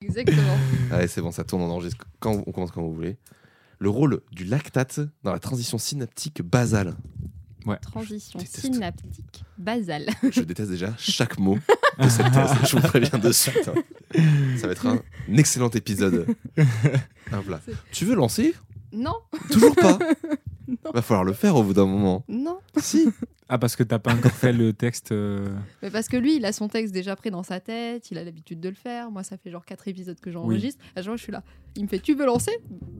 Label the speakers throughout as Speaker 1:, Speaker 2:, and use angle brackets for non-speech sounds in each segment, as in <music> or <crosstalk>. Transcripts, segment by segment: Speaker 1: <laughs>
Speaker 2: Exactement.
Speaker 1: Allez, c'est bon, ça tourne, on enregistre quand on commence quand vous voulez. Le rôle du lactate dans la transition synaptique basale.
Speaker 2: Transition
Speaker 1: Je déteste.
Speaker 2: synaptique basale. <laughs>
Speaker 1: Je déteste déjà chaque mot de cette thèse. Je vous préviens de suite. hein. Ça va être un excellent épisode. Un plat. Tu veux lancer
Speaker 2: Non,
Speaker 1: Toujours pas.
Speaker 2: Non.
Speaker 1: Va falloir le faire au bout d'un moment.
Speaker 2: non.
Speaker 1: Si.
Speaker 3: Ah, parce que t'as pas encore fait le texte. euh,
Speaker 2: Mais parce que lui, il a son texte déjà pris dans sa tête, il a l'habitude de le faire. Moi, ça fait genre 4 épisodes que j'enregistre. À chaque fois, je suis là. Il me fait Tu veux lancer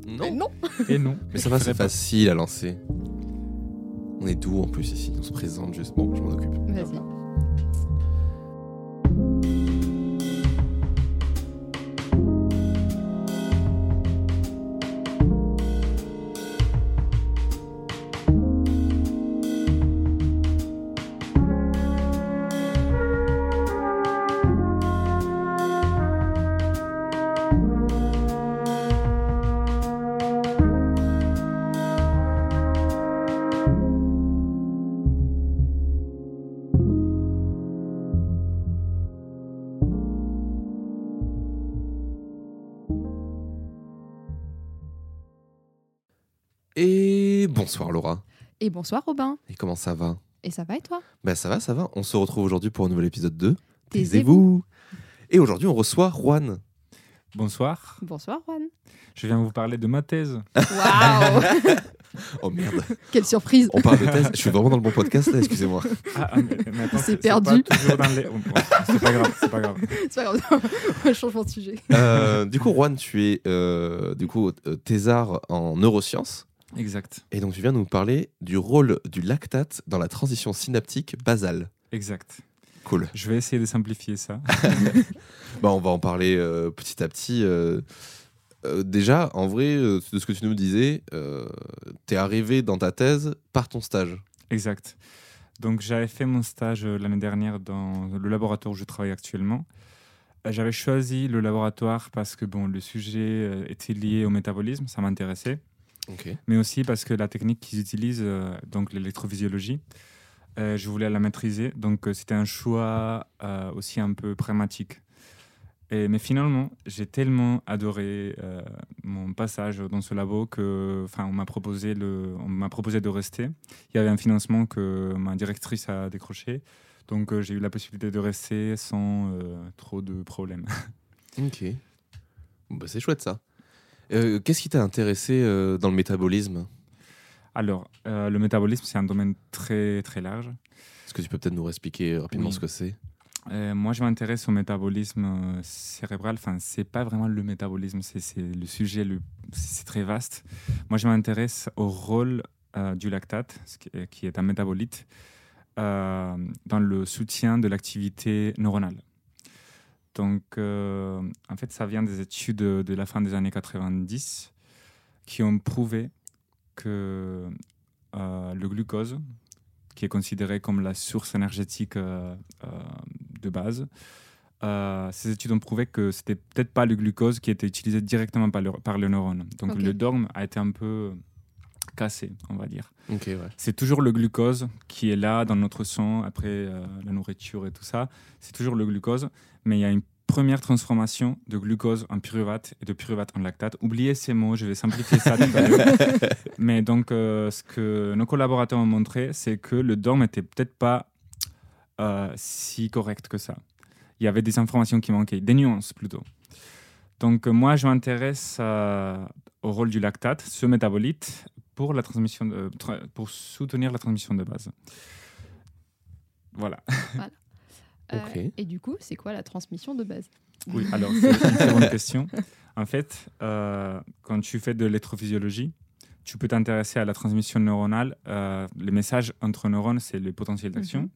Speaker 2: Mais non.
Speaker 3: Et non.
Speaker 1: Mais ça va,
Speaker 3: Je
Speaker 1: c'est
Speaker 3: ferai pas.
Speaker 1: facile à lancer. On est doux en plus ici. On se présente juste. Bon, je m'en occupe.
Speaker 2: Vas-y.
Speaker 1: Et bonsoir Laura.
Speaker 2: Et bonsoir, Robin.
Speaker 1: Et comment ça va
Speaker 2: Et ça va et toi
Speaker 1: Bah ça va, ça va. On se retrouve aujourd'hui pour un nouvel épisode 2.
Speaker 2: Taisez-vous.
Speaker 1: Et aujourd'hui, on reçoit Juan.
Speaker 3: Bonsoir.
Speaker 2: Bonsoir, Juan.
Speaker 3: Je viens vous parler de ma thèse.
Speaker 2: Waouh
Speaker 1: <laughs> Oh merde,
Speaker 2: Quelle surprise
Speaker 1: on parle de thèse. Je suis vraiment dans le bon podcast là, excusez-moi.
Speaker 3: Ah, ah, mais- mais attends,
Speaker 2: s'est
Speaker 3: c'est- c'est
Speaker 2: perdu.
Speaker 3: pas toujours dans les- Bon, bon, C'est pas grave, c'est pas grave.
Speaker 2: C'est pas grave, <laughs> on change de sujet.
Speaker 1: Euh, du coup, Juan, tu es euh, du coup euh, thésard en neurosciences.
Speaker 3: Exact.
Speaker 1: Et donc, tu viens nous parler du rôle du lactate dans la transition synaptique basale.
Speaker 3: Exact.
Speaker 1: Cool.
Speaker 3: Je vais essayer de simplifier ça.
Speaker 1: Bah, on va en parler euh, petit à petit. euh, euh, déjà, en vrai, euh, de ce que tu nous disais, euh, t'es arrivé dans ta thèse par ton stage.
Speaker 3: Exact. Donc j'avais fait mon stage euh, l'année dernière dans le laboratoire où je travaille actuellement. Euh, J'avais choisi le laboratoire parce que bon, le sujet euh, était lié au métabolisme, ça m'intéressait,
Speaker 1: Ok.
Speaker 3: mais aussi parce que la technique qu'ils utilisent, euh, donc l'électrophysiologie, euh, je voulais la maîtriser. Donc euh, c'était un choix euh, aussi un peu pragmatique. Et, mais finalement, j'ai tellement adoré euh, mon passage dans ce labo que, enfin, on m'a proposé le, on m'a proposé de rester. Il y avait un financement que ma directrice a décroché, donc euh, j'ai eu la possibilité de rester sans euh, trop de problèmes. <laughs>
Speaker 1: Ok. Bah, c'est chouette ça. Euh, Qu'est-ce qui t'a intéressé euh, dans le métabolisme
Speaker 3: Alors, euh, le métabolisme, c'est un domaine très très large.
Speaker 1: Est-ce que tu peux peut-être nous expliquer rapidement
Speaker 3: Oui.
Speaker 1: ce que c'est
Speaker 3: Euh, moi, je m'intéresse au métabolisme euh, cérébral. Enfin, c'est pas vraiment le métabolisme, c'est c'est le sujet, le- c'est très vaste. Moi, je m'intéresse au rôle euh, du lactate, ce qui est- qui est un métabolite, euh, dans le soutien de l'activité neuronale. Donc, euh, en fait, ça vient des études de de la fin des années 90 qui ont prouvé que euh, le glucose, qui est considéré comme la source énergétique euh, euh, de base. Euh, ces études ont prouvé que c'était peut-être pas le glucose qui était utilisé directement par le, par le neurone. Donc
Speaker 2: Ok.
Speaker 3: le dogme a été un peu cassé, on va dire.
Speaker 1: Ok, ouais.
Speaker 3: C'est toujours le glucose qui est là dans notre sang après euh, la nourriture et tout ça. C'est toujours le glucose, mais il y a une première transformation de glucose en pyruvate et de pyruvate en lactate. Oubliez ces mots, je vais simplifier ça tout à l'heure. Mais donc, euh, ce que nos collaborateurs ont montré, c'est que le dogme n'était peut-être pas euh, si correct que ça. Il y avait des informations qui manquaient, des nuances plutôt. Donc, euh, moi, je m'intéresse euh, au rôle du lactate, ce métabolite, pour, la transmission de- euh, tra- pour soutenir la transmission de base. Voilà.
Speaker 1: Ok.
Speaker 2: Euh, et du coup, c'est quoi la transmission de base
Speaker 3: Oui, alors c'est une très bonne question. En fait, euh, quand tu fais de l'électrophysiologie, tu peux t'intéresser à la transmission neuronale. Euh, les messages entre neurones, c'est le potentiel d'action.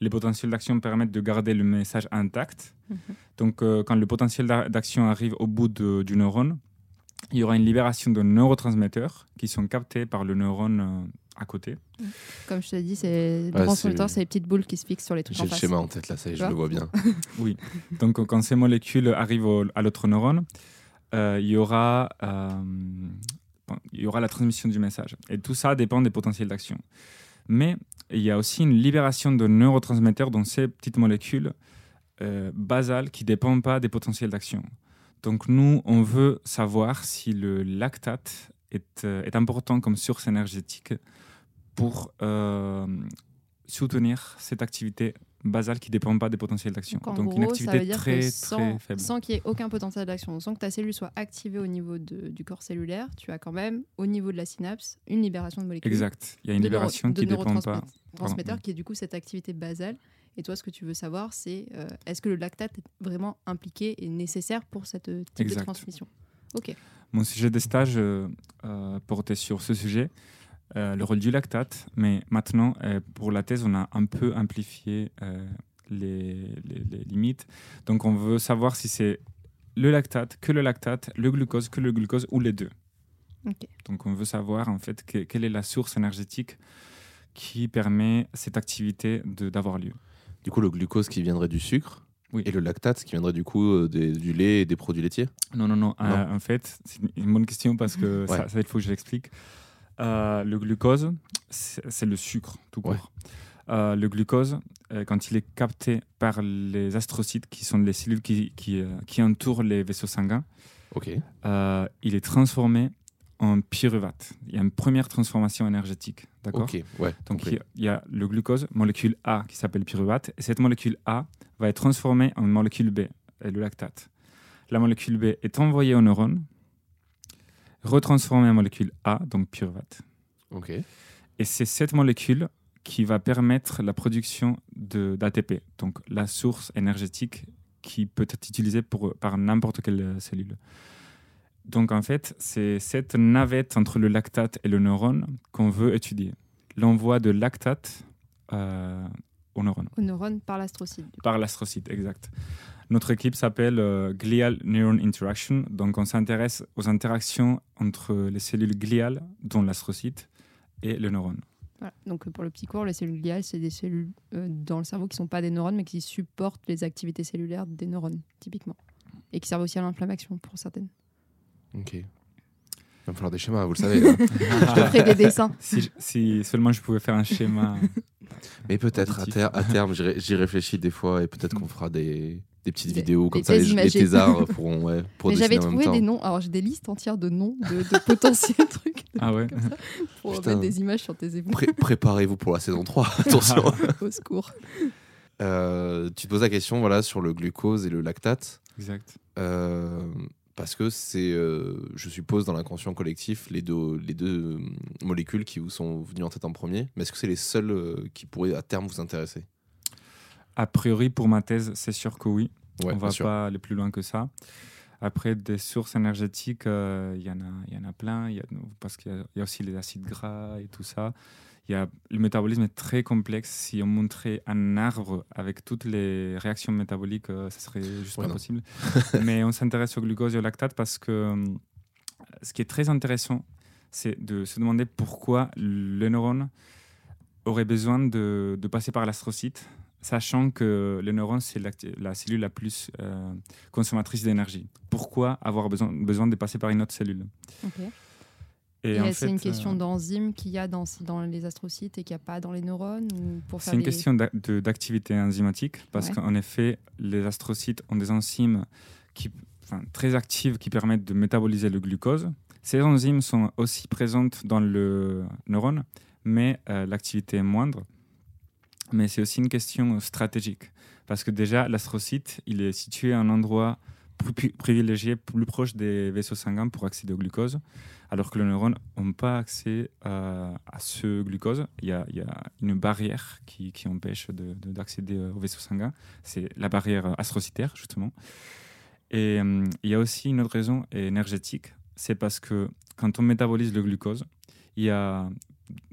Speaker 3: Les potentiels d'action permettent de garder le message intact.
Speaker 2: Mhm.
Speaker 3: Donc, euh, quand le potentiel d'a- d'action arrive au bout de- du neurone, il y aura une libération de neurotransmetteurs qui sont captés par le neurone euh, à côté.
Speaker 2: Comme je te dit, c'est
Speaker 1: Ah,
Speaker 2: prends son
Speaker 1: c'est-
Speaker 2: temps, c'est les petites boules qui se fixent sur les trucs
Speaker 1: J'ai
Speaker 2: en
Speaker 1: le
Speaker 2: face.
Speaker 1: schéma en tête là, ça y est, je
Speaker 2: Tu
Speaker 1: le
Speaker 2: vois
Speaker 1: vois
Speaker 2: <laughs>
Speaker 1: bien.
Speaker 3: Donc, euh, quand ces molécules arrivent au- à l'autre neurone, euh, il, y aura, euh, bon, il y aura la transmission du message. Et tout ça dépend des potentiels d'action. Mais il y a aussi une libération de neurotransmetteurs dans ces petites molécules euh, basales qui ne dépendent pas des potentiels d'action. Donc nous, on veut savoir si le lactate est, euh, est important comme source énergétique pour euh, soutenir cette activité basale qui ne dépend pas des potentiels d'action.
Speaker 2: en
Speaker 3: Donc,
Speaker 2: gros,
Speaker 3: une
Speaker 2: ça
Speaker 3: activité
Speaker 2: veut dire
Speaker 3: très,
Speaker 2: que sans,
Speaker 3: très faible.
Speaker 2: sans qu'il y ait aucun potentiel d'action, donc sans que ta cellule soit activée au niveau de- du corps cellulaire, tu as quand même, au niveau de la synapse, une libération de molécules.
Speaker 3: Exact. Il y a une
Speaker 2: de neuro-
Speaker 3: libération
Speaker 2: de
Speaker 3: qui ne dépend pas.
Speaker 2: neurotransmetteurs, qui est du coup cette activité basale. Et toi, ce que tu veux savoir, c'est euh, est-ce que le lactate est vraiment impliqué et nécessaire pour cette euh, type de
Speaker 3: Exact.
Speaker 2: transmission Ok.
Speaker 3: Mon sujet de stage euh, euh, portait sur ce sujet, euh, le rôle du lactate, mais maintenant, euh, pour la thèse, on a un peu amplifié euh, les, les- les limites. Donc, on veut savoir si c'est le lactate, que le lactate, le glucose, que le glucose, ou les deux.
Speaker 2: Ok.
Speaker 3: Donc, on veut savoir, en fait, que- quelle est la source énergétique qui permet cette activité de- d'avoir lieu.
Speaker 1: Du coup, le glucose qui viendrait du sucre
Speaker 3: Oui.
Speaker 1: et le lactate ce qui viendrait du coup euh, des- du lait et des produits laitiers.
Speaker 3: Non, non, non. euh, en fait, c'est une bonne question parce que
Speaker 1: Ouais.
Speaker 3: ça, ça, il faut que je l'explique. Euh, le glucose, c'est c'est le sucre, tout court.
Speaker 1: Ouais.
Speaker 3: Euh, le glucose, euh, quand il est capté par les astrocytes, qui sont les cellules qui, qui, euh, qui entourent les vaisseaux sanguins,
Speaker 1: Ok.
Speaker 3: euh, il est transformé en pyruvate. Il y a une première transformation énergétique, d'accord
Speaker 1: Ok. Ouais.
Speaker 3: donc il
Speaker 1: compris.
Speaker 3: y a- il y, a le glucose, molécule A qui s'appelle pyruvate, et cette molécule A va être transformée en molécule B, et le lactate. La molécule B est envoyée aux neurones, retransformée en molécule A, donc pyruvate.
Speaker 1: Ok.
Speaker 3: Et c'est cette molécule qui va permettre la production de- d'ATP, donc la source énergétique qui peut être utilisée pour, par n'importe quelle euh, cellule. Donc en fait, c'est cette navette entre le lactate et le neurone qu'on veut étudier. L'envoi de lactate euh, au neurone,
Speaker 2: Au neurone par l'astrocyte. du coup.
Speaker 3: par l'astrocyte, exact. Notre équipe s'appelle euh, Glial Neuron Interaction, donc on s'intéresse aux interactions entre les cellules gliales, dont l'astrocyte, et le neurone.
Speaker 2: Voilà. Donc euh, pour le petit cours, les cellules gliales, c'est des cellules euh, dans le cerveau qui ne sont pas des neurones, mais qui supportent les activités cellulaires des neurones, typiquement. Et qui servent aussi à l'inflammation pour certaines.
Speaker 1: Ok. Il va me falloir des schémas, vous le savez. hein. <laughs>
Speaker 2: Je te ferai des dessins.
Speaker 3: si, je- si seulement je pouvais faire
Speaker 2: <laughs>
Speaker 3: un schéma.
Speaker 1: Mais peut-être à, <laughs>
Speaker 3: Auditif.
Speaker 1: ter- à terme, j'y ré- j'y réfléchis des fois et peut-être qu'on fera des, des petites
Speaker 2: Des-
Speaker 1: vidéos comme
Speaker 2: des
Speaker 1: ça. Les,
Speaker 2: thèses
Speaker 1: les
Speaker 2: imagées. <laughs>
Speaker 1: thésards pourront ouais, <laughs> pour
Speaker 2: Mais j'avais
Speaker 1: dessiner en même
Speaker 2: trouvé
Speaker 1: temps. <laughs>
Speaker 2: des noms. Alors j'ai des listes entières de noms, de, de potentiels <laughs> trucs
Speaker 3: Ah ouais
Speaker 2: comme ça, pour euh,
Speaker 1: Putain.
Speaker 2: mettre des images sur tes éboues.
Speaker 3: <laughs>
Speaker 1: Pré- Préparez-vous pour la
Speaker 2: <laughs>
Speaker 1: saison 3, attention.
Speaker 2: Au secours.
Speaker 1: Euh, tu te poses la question voilà, sur le glucose et le lactate,
Speaker 3: Exact.
Speaker 1: euh, parce que c'est, euh, je suppose, dans l'inconscient collectif, les deux, les deux euh, molécules qui vous sont venues en tête en premier. Mais est-ce que c'est les seules euh, qui pourraient à terme vous intéresser
Speaker 3: A priori, pour ma thèse, c'est sûr que oui.
Speaker 1: Ouais,
Speaker 3: On
Speaker 1: bien
Speaker 3: va
Speaker 1: sûr.
Speaker 3: pas aller plus loin que ça. Après, des sources énergétiques, euh, il y, en a- il y en a plein, il y a- parce qu'il y a- il y a aussi les acides gras et tout ça. Il y a, le métabolisme est très complexe. Si on montrait un arbre avec toutes les réactions métaboliques, euh, ça serait juste
Speaker 1: Ouais,
Speaker 3: pas
Speaker 1: non. <laughs>
Speaker 3: possible. Mais on s'intéresse au glucose et au lactate parce que euh, ce qui est très intéressant, c'est de se demander pourquoi le neurone aurait besoin de, de passer par l'astrocyte, sachant que le neurone, c'est l'acti- la, cellule la plus euh, consommatrice d'énergie. Pourquoi avoir besoin, besoin de passer par une autre cellule Et
Speaker 2: Et
Speaker 3: en
Speaker 2: c'est
Speaker 3: fait,
Speaker 2: une question
Speaker 3: euh,
Speaker 2: d'enzymes qu'il y a dans, dans les astrocytes et qu'il n'y a pas dans les neurones ou pour
Speaker 3: C'est
Speaker 2: faire
Speaker 3: une
Speaker 2: les-
Speaker 3: question d'a- de- d'activité enzymatique parce
Speaker 2: Ouais.
Speaker 3: qu'en effet, les astrocytes ont des enzymes qui, enfin, très actives qui permettent de métaboliser le glucose. Ces enzymes sont aussi présentes dans le neurone, mais euh, l'activité est moindre. Mais c'est aussi une question stratégique parce que déjà, l'astrocyte, il est situé à un endroit plus pu- privilégié, plus proche des vaisseaux sanguins pour accéder au glucose, alors que les neurones n'ont pas accès euh, à ce glucose. Il y a, il y a une barrière qui, qui empêche de- de- d'accéder euh, aux vaisseaux sanguins. C'est la barrière euh, astrocytaire, justement. Et hum, il y a aussi une autre raison énergétique. C'est parce que quand on métabolise le glucose, il y a,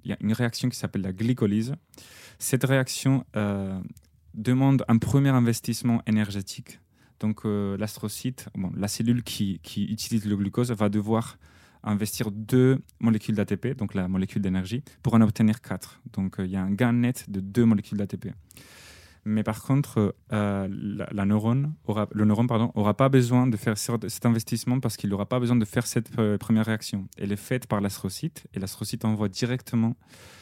Speaker 3: il y a une réaction qui s'appelle la glycolyse. Cette réaction euh, demande un premier investissement énergétique donc euh, l'astrocyte, bon, la cellule qui, qui utilise le glucose, va devoir investir deux molécules d'ATP, donc la molécule d'énergie, pour en obtenir quatre. Donc euh, il y a un gain net de deux molécules d'ATP. Mais par contre, euh, la, la neurone aura, le neurone pardon, aura pas besoin de faire ce- cet investissement parce qu'il n'aura pas besoin de faire cette euh, première réaction. Elle est faite par l'astrocyte et l'astrocyte envoie directement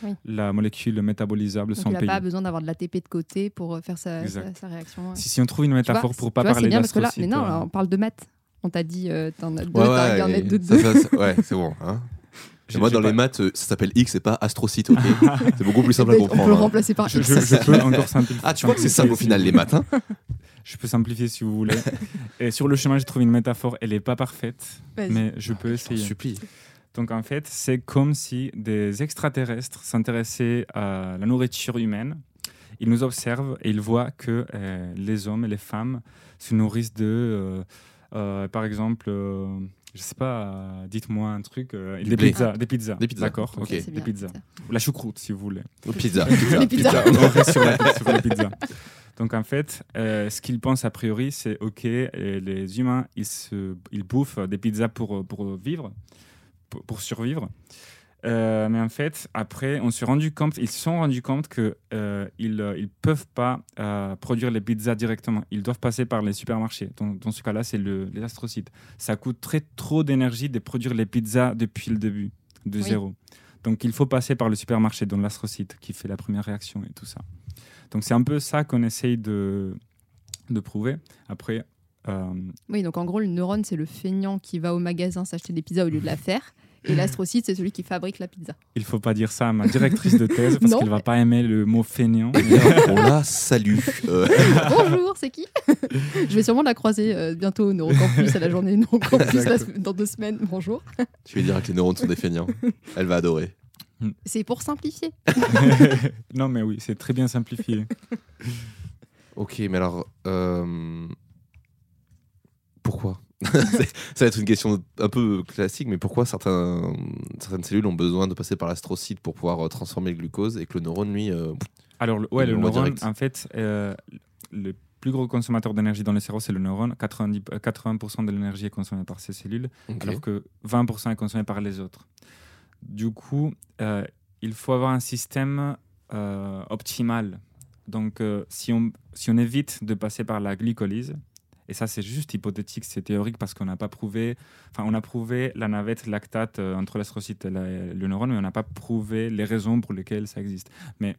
Speaker 2: Oui.
Speaker 3: la molécule métabolisable
Speaker 2: Donc,
Speaker 3: sans
Speaker 2: il n'a
Speaker 3: payer.
Speaker 2: pas besoin d'avoir de l'ATP de côté pour euh, faire sa,
Speaker 3: Exact.
Speaker 2: sa- sa réaction. ouais.
Speaker 3: Si, si on trouve une
Speaker 2: Tu vois,
Speaker 3: métaphore pour
Speaker 2: c'est-
Speaker 3: pas
Speaker 2: tu vois,
Speaker 3: parler
Speaker 2: c'est bien parce que là,
Speaker 3: d'astrocyte,
Speaker 2: mais non,
Speaker 3: euh,
Speaker 2: là, on parle de maths. On t'a dit, euh, t'en as deux,
Speaker 1: Ouais,
Speaker 2: t'as
Speaker 1: ouais,
Speaker 2: regardé
Speaker 1: et
Speaker 2: de
Speaker 1: ça,
Speaker 2: deux. <laughs>
Speaker 1: ça, ça- ouais, c'est bon.
Speaker 3: <laughs>
Speaker 1: hein. Et
Speaker 3: Je-
Speaker 1: moi,
Speaker 3: je
Speaker 1: dans
Speaker 3: sais
Speaker 1: les
Speaker 3: pas.
Speaker 1: maths, euh, ça s'appelle X et pas astrocyte,
Speaker 3: <laughs>
Speaker 1: ok C'est beaucoup plus simple à
Speaker 2: Peut-être On peut le
Speaker 1: comprendre. hein.
Speaker 2: remplacer par
Speaker 3: Je,
Speaker 2: X.
Speaker 3: je- je peux encore simplifier. <laughs>
Speaker 1: Ah, tu vois que c'est simple au
Speaker 3: si
Speaker 1: final,
Speaker 3: vous
Speaker 1: les
Speaker 3: voulez.
Speaker 1: maths. hein
Speaker 3: Je peux simplifier si vous
Speaker 1: <laughs>
Speaker 3: voulez. Et sur le chemin, j'ai trouvé une métaphore. Elle n'est pas parfaite,
Speaker 2: Vas-y.
Speaker 3: mais je peux
Speaker 1: Je t'en
Speaker 3: essayer.
Speaker 1: supplie.
Speaker 3: Donc en fait, c'est comme si des extraterrestres s'intéressaient à la nourriture humaine. Ils nous observent et ils voient que euh, les hommes et les femmes se nourrissent de, euh, euh, par exemple, euh, je sais pas, euh, dites-moi un truc, euh,
Speaker 1: Du
Speaker 3: des,
Speaker 1: blé.
Speaker 3: pizzas, des pizzas.
Speaker 1: Des pizzas,
Speaker 3: D'accord,
Speaker 1: ok.
Speaker 3: ok.
Speaker 2: Ça, c'est
Speaker 3: Des
Speaker 2: bien.
Speaker 3: pizzas. La choucroute, si vous voulez.
Speaker 1: Oh, Pizza,
Speaker 2: Les
Speaker 1: pizza,
Speaker 2: pizzas.
Speaker 1: pizza.
Speaker 3: On reste sur la, sur la pizza. Donc en fait, euh, ce qu'ils pensent a priori, c'est ok, euh, les humains, ils, se, ils bouffent des pizzas pour, euh, pour vivre, pour, pour survivre. Euh, mais en fait, après, on s'est rendu compte, ils se sont rendus compte que euh, ils, euh, ils peuvent pas euh, produire les pizzas directement. Ils doivent passer par les supermarchés. Donc, dans ce cas-là, c'est le, les astrocytes. Ça coûterait trop d'énergie de produire les pizzas depuis le début, de
Speaker 2: Oui.
Speaker 3: zéro. Donc, il faut passer par le supermarché, dont l'astrocyte qui fait la première réaction et tout ça. Donc, c'est un peu ça qu'on essaye de, de prouver. Après, euh,
Speaker 2: Oui, donc en gros, le neurone, c'est le feignant qui va au magasin s'acheter des pizzas au lieu de la faire. Et l'astrocyte, c'est celui qui fabrique la
Speaker 3: <laughs>
Speaker 2: pizza.
Speaker 3: il faut pas dire ça à ma directrice de thèse parce
Speaker 2: <laughs> Non.
Speaker 3: qu'elle va pas aimer le mot fainéant.
Speaker 1: On la salue. Euh,
Speaker 2: Bonjour, c'est qui Je vais sûrement la croiser euh, bientôt au Neurocampus à la journée Neurocampus à la
Speaker 3: Exact.
Speaker 2: semaine- dans deux semaines. Bonjour.
Speaker 1: tu veux dire que les neurones sont des feignants. Elle va adorer.
Speaker 2: C'est pour simplifier.
Speaker 3: <laughs> non, mais oui, c'est très bien simplifié.
Speaker 1: Ok, mais alors. euh, Pourquoi <laughs> C'est- Ça va être une question un peu classique, mais pourquoi certains, certaines cellules ont besoin de passer par l'astrocyte pour pouvoir euh, transformer le glucose et que le neurone, lui. euh,
Speaker 3: Alors, le, ouais,
Speaker 1: Le
Speaker 3: le,
Speaker 1: voit
Speaker 3: neurone,
Speaker 1: direct.
Speaker 3: en fait, euh, le plus gros consommateur d'énergie dans le cerveau, c'est le neurone. 90, euh, 80% de l'énergie est consommée par ces cellules,
Speaker 1: ok.
Speaker 3: alors que 20% est consommée par les autres. Du coup, euh, il faut avoir un système euh, optimal. Donc, euh, si, on, si on évite de passer par la glycolyse, et ça, c'est juste hypothétique, c'est théorique parce qu'on n'a pas prouvé. Enfin, on a prouvé la navette lactate euh, entre l'astrocyte et la- le neurone, mais on n'a pas prouvé les raisons pour lesquelles ça existe. Mais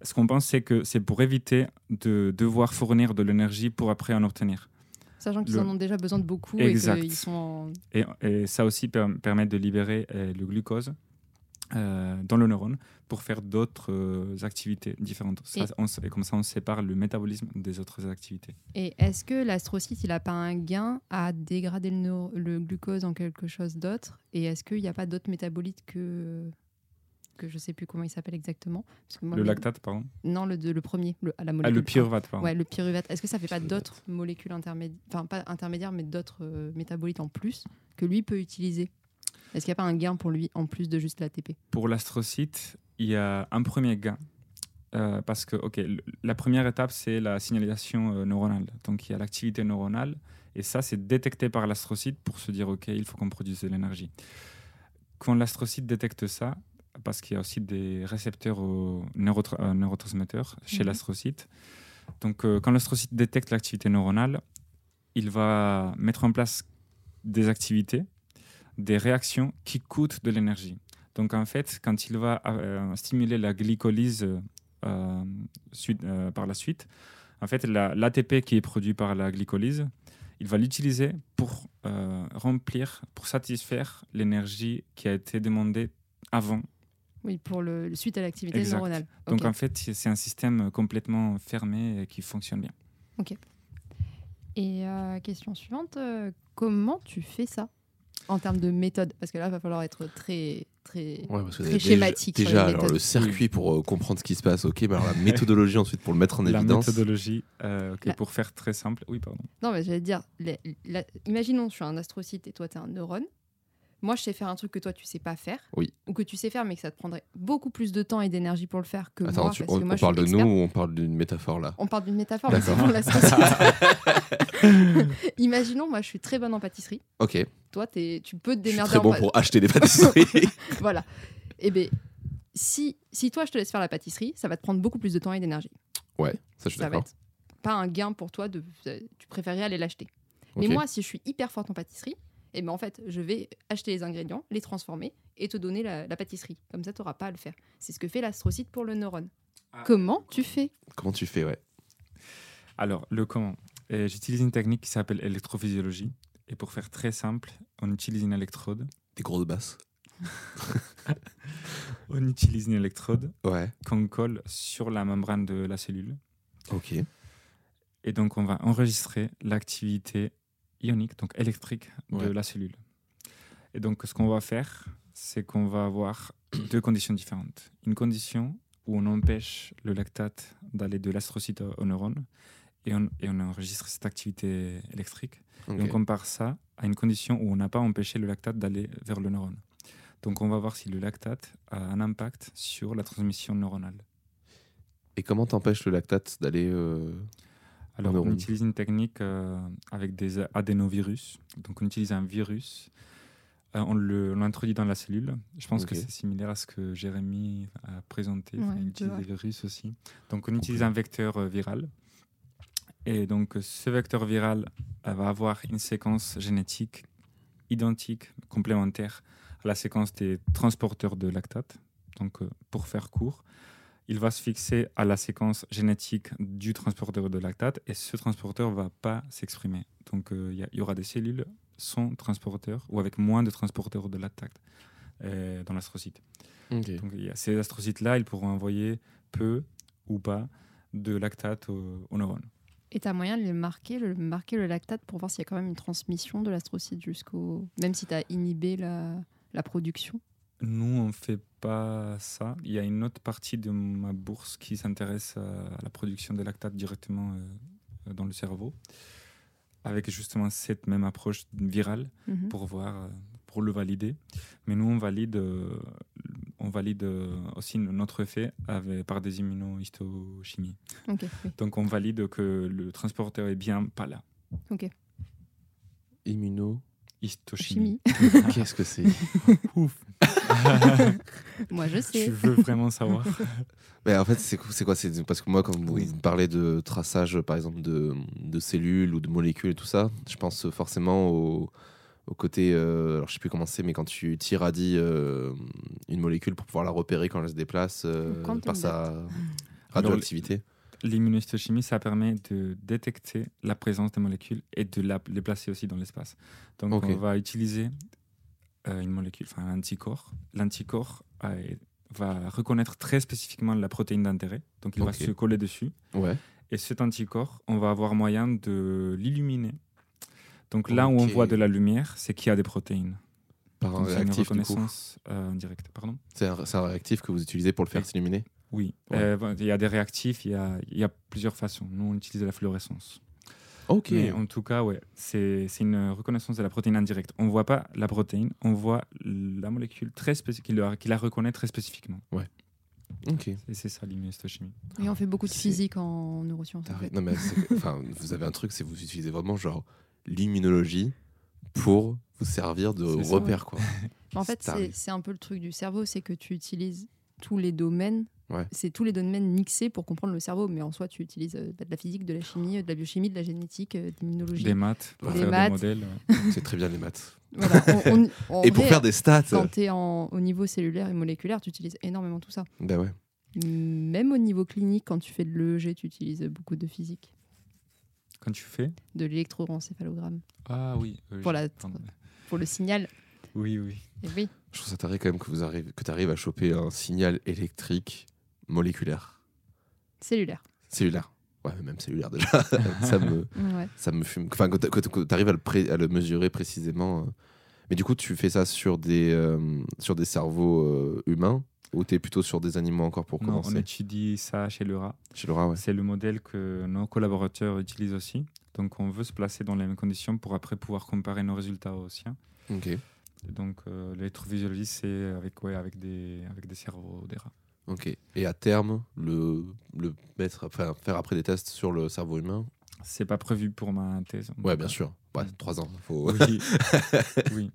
Speaker 3: ce qu'on pense, c'est que c'est pour éviter de devoir fournir de l'énergie pour après en obtenir.
Speaker 2: Sachant qu'ils
Speaker 3: Le-
Speaker 2: en ont déjà besoin de beaucoup
Speaker 3: Exact.
Speaker 2: et qu'ils sont en...
Speaker 3: Et, et ça aussi per- permet de libérer euh, le glucose euh, dans le neurone pour faire d'autres euh, activités différentes. Ça,
Speaker 2: Et-
Speaker 3: on s- et comme ça, on sépare le métabolisme des autres activités.
Speaker 2: Et est-ce que l'astrocyte, il n'a pas un gain à dégrader le, neuro- le glucose en quelque chose d'autre Et est-ce qu'il n'y a pas d'autres métabolites que que je sais plus comment il s'appelle exactement Parce que moi,
Speaker 3: Le lactate, pardon.
Speaker 2: Non, le, de- le premier, le, à la
Speaker 3: Ah,
Speaker 2: molécule.
Speaker 3: le pyruvate, pardon.
Speaker 2: Ouais, le pyruvate. Est-ce que ça fait pas
Speaker 1: Pyruvate.
Speaker 2: d'autres molécules intermédiaires, enfin pas intermédiaires, mais d'autres euh, métabolites en plus que lui peut utiliser Est-ce qu'il n'y a pas un gain pour lui en plus de juste l'ATP
Speaker 3: Pour l'astrocyte, il y a un premier gain. Euh, parce que, ok, le- la première étape, c'est la signalisation euh, neuronale. Donc, il y a l'activité neuronale. Et ça, c'est détecté par l'astrocyte pour se dire, ok, il faut qu'on produise de l'énergie. Quand l'astrocyte détecte ça, parce qu'il y a aussi des récepteurs aux neurotra- euh, neurotransmetteurs chez
Speaker 2: Mhm.
Speaker 3: l'astrocyte. Donc, euh, quand l'astrocyte détecte l'activité neuronale, il va mettre en place des activités, des réactions qui coûtent de l'énergie. Donc, en fait, quand il va euh, stimuler la glycolyse euh, suite, euh, par la suite, en fait, la- l'ATP qui est produit par la glycolyse, il va l'utiliser pour euh, remplir, pour satisfaire l'énergie qui a été demandée avant
Speaker 2: Oui, pour le suite à l'activité
Speaker 3: Exact.
Speaker 2: neuronale.
Speaker 3: donc
Speaker 2: Ok.
Speaker 3: en fait, c'est c'est un système complètement fermé et qui fonctionne bien.
Speaker 2: Et euh, question suivante, euh, comment tu fais ça en termes de méthode Parce que là, il va falloir être très, très.
Speaker 1: Ouais, parce que
Speaker 2: Très
Speaker 1: déjà-
Speaker 2: schématique sur
Speaker 1: Déjà,
Speaker 2: les
Speaker 1: alors,
Speaker 2: méthodes.
Speaker 1: le circuit pour euh, comprendre ce qui se passe, ok, mais alors <laughs> la méthodologie ensuite pour le mettre en
Speaker 3: La
Speaker 1: évidence.
Speaker 3: méthodologie, euh, ok,
Speaker 2: La-
Speaker 3: pour faire très simple, oui, pardon.
Speaker 2: Non, mais j'allais te dire, les- la- imaginons, je suis un astrocyte et toi, tu es un neurone. Moi, je sais faire un truc que toi, tu sais pas faire.
Speaker 1: Oui.
Speaker 2: Ou que tu sais faire, mais que ça te prendrait beaucoup plus de temps et d'énergie pour le faire que
Speaker 1: Attends,
Speaker 2: moi.
Speaker 1: tu-
Speaker 2: parce
Speaker 1: on,
Speaker 2: que
Speaker 1: on
Speaker 2: moi, je suis
Speaker 1: parle de nous
Speaker 2: experte.
Speaker 1: ou on parle d'une métaphore là
Speaker 2: On parle d'une métaphore, mais c'est
Speaker 1: D'accord.
Speaker 2: pour
Speaker 1: <laughs>
Speaker 2: l'astrocyte. Imaginons, moi, je suis très bonne en pâtisserie.
Speaker 1: Ok,
Speaker 2: Toi, t'es- tu peux te
Speaker 1: je suis
Speaker 2: démerder
Speaker 1: très
Speaker 2: en
Speaker 1: bon
Speaker 2: pâ-
Speaker 1: pour acheter
Speaker 2: <laughs>
Speaker 1: des pâtisseries.
Speaker 2: Voilà. Eh bien, si, si toi, je te laisse faire la pâtisserie, ça va te prendre beaucoup plus de temps et d'énergie.
Speaker 1: ouais, ça je suis
Speaker 2: ça va
Speaker 1: d'accord.
Speaker 2: être pas un gain pour toi de euh, tu préférerais aller l'acheter.
Speaker 1: Ok.
Speaker 2: Mais moi si je suis hyper forte en pâtisserie, et ben en fait, je vais acheter les ingrédients, les transformer et te donner la, la pâtisserie. Comme ça tu n'auras pas à le faire. C'est ce que fait l'astrocyte pour le neurone. Comment tu fais
Speaker 1: Comment tu fais, ouais
Speaker 3: Alors, le comment Euh, J'utilise une technique qui s'appelle électrophysiologie. Et pour faire très simple, on utilise une électrode.
Speaker 1: Des grosses basses.
Speaker 3: On utilise une électrode
Speaker 1: Ouais.
Speaker 3: qu'on colle sur la membrane de la cellule.
Speaker 1: Ok.
Speaker 3: Et donc, on va enregistrer l'activité ionique, donc électrique, de
Speaker 1: Ouais.
Speaker 3: la cellule. Et donc, ce qu'on va faire, c'est qu'on va avoir <clears throat> deux conditions différentes. Une condition où on empêche le lactate d'aller de l'astrocyte au au neurone et on, et on enregistre cette activité électrique.
Speaker 1: ok.
Speaker 3: Et on compare ça à une condition où on n'a pas empêché le lactate d'aller vers le neurone. Donc, on va voir si le lactate a un impact sur la transmission neuronale.
Speaker 1: Et comment t'empêches le lactate d'aller. euh,
Speaker 3: Alors,
Speaker 1: Dans le
Speaker 3: on
Speaker 1: rhume.
Speaker 3: utilise une technique euh, avec des a- adénovirus. Donc, on utilise un virus. Euh, on le- on l'introduit dans la cellule. Je pense que
Speaker 1: Ok.
Speaker 3: c'est similaire à ce que Jérémy a présenté.
Speaker 2: Ouais,
Speaker 3: Enfin, il
Speaker 2: c'est
Speaker 3: utilise
Speaker 2: vrai.
Speaker 3: des virus aussi. Donc, on utilise un vecteur euh, viral. Et donc, euh, ce vecteur viral euh, va avoir une séquence génétique identique, complémentaire à la séquence des transporteurs de lactate. Donc, euh, pour faire court, il va se fixer à la séquence génétique du transporteur de lactate et ce transporteur ne va pas s'exprimer. Donc euh, il y a- il y, aura des cellules sans transporteur ou avec moins de transporteurs de lactate euh, dans l'astrocyte. Donc il y a ces astrocytes-là, ils pourront envoyer peu ou pas de lactate au, au neurone.
Speaker 2: Et t'as moyen de les marquer, le, marquer le lactate pour voir s'il y a quand même une transmission de l'astrocyte jusqu'au. Même si t'as inhibé la, la production.
Speaker 3: Nous, on ne fait pas ça. Il y a une autre partie de ma bourse qui s'intéresse à la production de lactate directement euh, dans le cerveau, avec justement cette même approche virale.
Speaker 2: Mhm.
Speaker 3: pour voir, euh, pour le valider. Mais nous, on valide, euh, on valide euh, aussi notre effet avec, par des immunohistochimies.
Speaker 2: Ok,
Speaker 1: <laughs>
Speaker 2: oui.
Speaker 3: Donc, on valide que le transporteur est bien pas là.
Speaker 1: Immuno.
Speaker 3: Histochimie.
Speaker 2: Chimie.
Speaker 1: Qu'est-ce que <laughs> c'est
Speaker 3: <laughs> Ouf.
Speaker 2: Moi, je
Speaker 3: tu
Speaker 2: sais.
Speaker 3: veux vraiment savoir
Speaker 1: Mais Ben, en fait, c'est quoi- c'est quoi c'est Parce que moi, quand vous
Speaker 3: Oui.
Speaker 1: me parlez de traçage, par exemple, de, de cellules ou de molécules et tout ça, je pense forcément au, au côté. euh, alors, je sais plus comment c'est, mais quand tu t'irradies euh, une molécule pour pouvoir la repérer quand elle se déplace euh,
Speaker 2: Quantum
Speaker 1: par sa <laughs> radioactivité.
Speaker 3: L'immunohistochimie, ça permet de détecter la présence des molécules et de la- les placer aussi dans l'espace. Donc,
Speaker 1: Ok.
Speaker 3: on va utiliser euh, une molécule, enfin un anticorps. L'anticorps euh, va reconnaître très spécifiquement la protéine d'intérêt, donc il va
Speaker 1: Ok.
Speaker 3: se coller dessus.
Speaker 1: Ouais.
Speaker 3: Et cet anticorps, on va avoir moyen de l'illuminer. Donc là où on
Speaker 1: Ok.
Speaker 3: voit de la lumière, c'est qu'il y a des protéines.
Speaker 1: Par un
Speaker 3: Donc, c'est une
Speaker 1: réactif, du coup.
Speaker 3: reconnaissance euh, indirecte. Pardon
Speaker 1: C'est un, c'est un réactif que vous utilisez pour le faire
Speaker 3: Oui.
Speaker 1: s'illuminer
Speaker 3: Oui.
Speaker 1: Ouais.
Speaker 3: Euh, bon, Il y a des réactifs, il y a- il y a plusieurs façons. Nous, on utilise la fluorescence.
Speaker 1: Ok.
Speaker 3: Mais en tout cas, ouais, c'est c'est une reconnaissance de la protéine indirecte. On ne voit pas la protéine, on voit la molécule très spécif- qui, la, qui la reconnaît très spécifiquement.
Speaker 1: Ok.
Speaker 3: Et c'est ça l'immunohistochimie.
Speaker 2: Oui, on fait beaucoup de
Speaker 1: C'est-
Speaker 2: physique en neurosciences. en
Speaker 1: T'as
Speaker 2: fait.
Speaker 1: ri- Non, mais c'est- enfin, vous avez un truc, c'est vous utilisez vraiment genre l'immunologie pour vous servir de
Speaker 3: C'est ça.
Speaker 1: repère, quoi.
Speaker 2: En fait,
Speaker 1: Ça
Speaker 2: c'est
Speaker 1: arrive.
Speaker 2: c'est un peu le truc du cerveau, c'est que tu utilises tous les domaines.
Speaker 1: Ouais.
Speaker 2: C'est tous les domaines mixés pour comprendre le cerveau, mais en soi, tu utilises euh, de la physique, de la chimie, euh, de la biochimie, de la génétique, euh, de l'immunologie.
Speaker 3: Des maths, pour
Speaker 2: Des
Speaker 3: faire
Speaker 2: maths.
Speaker 3: des modèles. ouais.
Speaker 1: C'est très bien les maths. <laughs>
Speaker 2: Voilà, on- on- en
Speaker 1: Et pour
Speaker 2: vrai,
Speaker 1: faire des stats. euh,
Speaker 2: Quand tu es au niveau cellulaire et moléculaire, tu utilises énormément tout ça.
Speaker 1: Ben ouais.
Speaker 2: Même au niveau clinique, quand tu fais de l'EEG, tu utilises beaucoup de physique,
Speaker 3: Quand tu fais.
Speaker 2: de l'électroencéphalogramme,
Speaker 3: Ah oui. euh,
Speaker 2: Pour
Speaker 3: j'ai-
Speaker 2: la-
Speaker 3: pardon.
Speaker 2: pour le signal.
Speaker 3: Oui, oui.
Speaker 2: Et oui,
Speaker 1: Je trouve ça taré quand même que vous arrivez, que t'arrives à choper un signal électrique moléculaire,
Speaker 2: cellulaire.
Speaker 1: cellulaire. Ouais, mais même cellulaire déjà. ça
Speaker 3: <laughs>
Speaker 1: me,
Speaker 2: Ouais.
Speaker 1: ça me fume. Enfin, que t'a- que t'- que t'arrives à le pré- à le mesurer précisément. euh. Mais du coup, tu fais ça sur des, euh, sur des cerveaux euh, humains ou t'es plutôt sur des animaux encore pour
Speaker 3: Non, on
Speaker 1: commencer
Speaker 3: étudie ça chez le rat.
Speaker 1: Chez Laura, ouais.
Speaker 3: C'est le modèle que nos collaborateurs utilisent aussi. Donc on veut se placer dans les mêmes conditions pour après pouvoir comparer nos résultats aux siens.
Speaker 1: Ok.
Speaker 3: Et donc euh, l'électrophysiologie, c'est avec, ouais, avec, des, avec des cerveaux des rats.
Speaker 1: Ok. Et à terme, le, le mettre, enfin, faire après des tests sur le cerveau humain Hmm.
Speaker 3: C'est pas prévu pour ma thèse. en
Speaker 1: Ouais,
Speaker 3: tout
Speaker 1: bien
Speaker 3: cas.
Speaker 1: sûr. Ouais, 3 ans. Faut... <laughs>
Speaker 3: Oui. oui.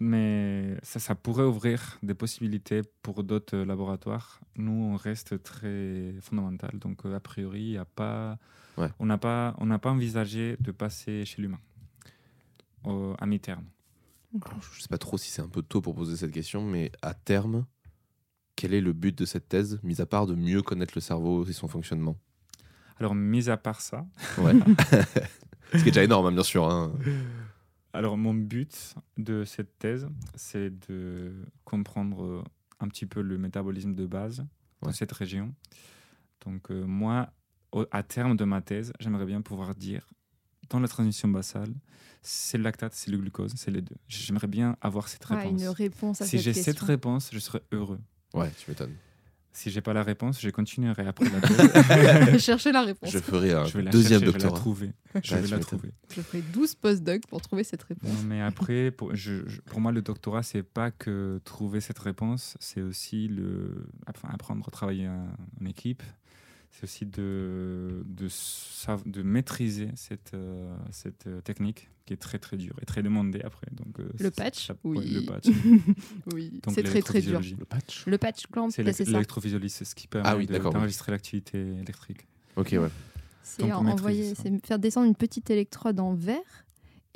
Speaker 3: Mais ça, ça pourrait ouvrir des possibilités pour d'autres euh, laboratoires. Nous, on reste très fondamental. Donc, euh, a priori, il y a pas,
Speaker 1: Ouais.
Speaker 3: on n'a pas, on n'a pas envisagé de passer chez l'humain au- à mi-terme.
Speaker 1: Alors, je sais pas trop si c'est un peu tôt pour poser cette question, mais à terme, quel est le but de cette thèse, mis à part de mieux connaître le cerveau et son fonctionnement
Speaker 3: Alors, mis à part ça,
Speaker 1: <laughs> Ouais. Ce qui est déjà énorme, hein, bien sûr. hein.
Speaker 3: Alors, mon but de cette thèse, c'est de comprendre euh, un petit peu le métabolisme de base
Speaker 1: Ouais.
Speaker 3: dans cette région. Donc, euh, moi, au- à terme de ma thèse, j'aimerais bien pouvoir dire, dans la transition basale, c'est le lactate, c'est le glucose, c'est les deux. J'aimerais bien avoir cette
Speaker 2: Ah,
Speaker 3: réponse.
Speaker 2: une réponse à
Speaker 3: si
Speaker 2: cette
Speaker 3: j'ai
Speaker 2: question.
Speaker 3: cette réponse, je serais heureux.
Speaker 1: Ouais, tu m'étonnes.
Speaker 3: Si j'ai pas la réponse, je continuerai après
Speaker 1: <laughs>
Speaker 3: la
Speaker 2: <laughs>
Speaker 3: thèse.
Speaker 2: Chercher la réponse.
Speaker 1: Je ferai un
Speaker 3: je vais la
Speaker 1: deuxième
Speaker 3: chercher, je vais la
Speaker 1: doctorat.
Speaker 3: trouver. Je
Speaker 1: Ouais,
Speaker 3: vais
Speaker 1: tu
Speaker 3: la
Speaker 1: m'étonnes.
Speaker 3: trouver.
Speaker 2: Je ferai 12 post-docs pour trouver cette réponse.
Speaker 3: Non, mais après, pour, je- je- pour moi, le doctorat, c'est pas que trouver cette réponse, c'est aussi le, enfin, apprendre à travailler en, en équipe. C'est aussi de, de, sav- de maîtriser cette, euh, cette euh, technique qui est très très dure et très demandée après. Donc, euh,
Speaker 2: Le
Speaker 3: c'est-
Speaker 2: patch
Speaker 3: ça-
Speaker 2: Oui.
Speaker 3: ouais,
Speaker 2: <laughs>
Speaker 3: le patch.
Speaker 2: Oui,
Speaker 3: Donc,
Speaker 2: c'est très très dur.
Speaker 3: l'électrophysiologie.
Speaker 1: Le patch
Speaker 2: Le patch clamp,
Speaker 3: C'est
Speaker 2: c'est
Speaker 3: l'é-
Speaker 2: ça.
Speaker 3: l'électrophysiologie, c'est ce qui permet
Speaker 1: Ah oui,
Speaker 3: de-
Speaker 1: d'accord, oui.
Speaker 3: d'enregistrer l'activité électrique.
Speaker 1: Ok, ouais.
Speaker 2: C'est
Speaker 3: Donc, on maîtrise hein.
Speaker 2: envoyer,
Speaker 3: ça.
Speaker 2: c'est faire descendre une petite électrode en verre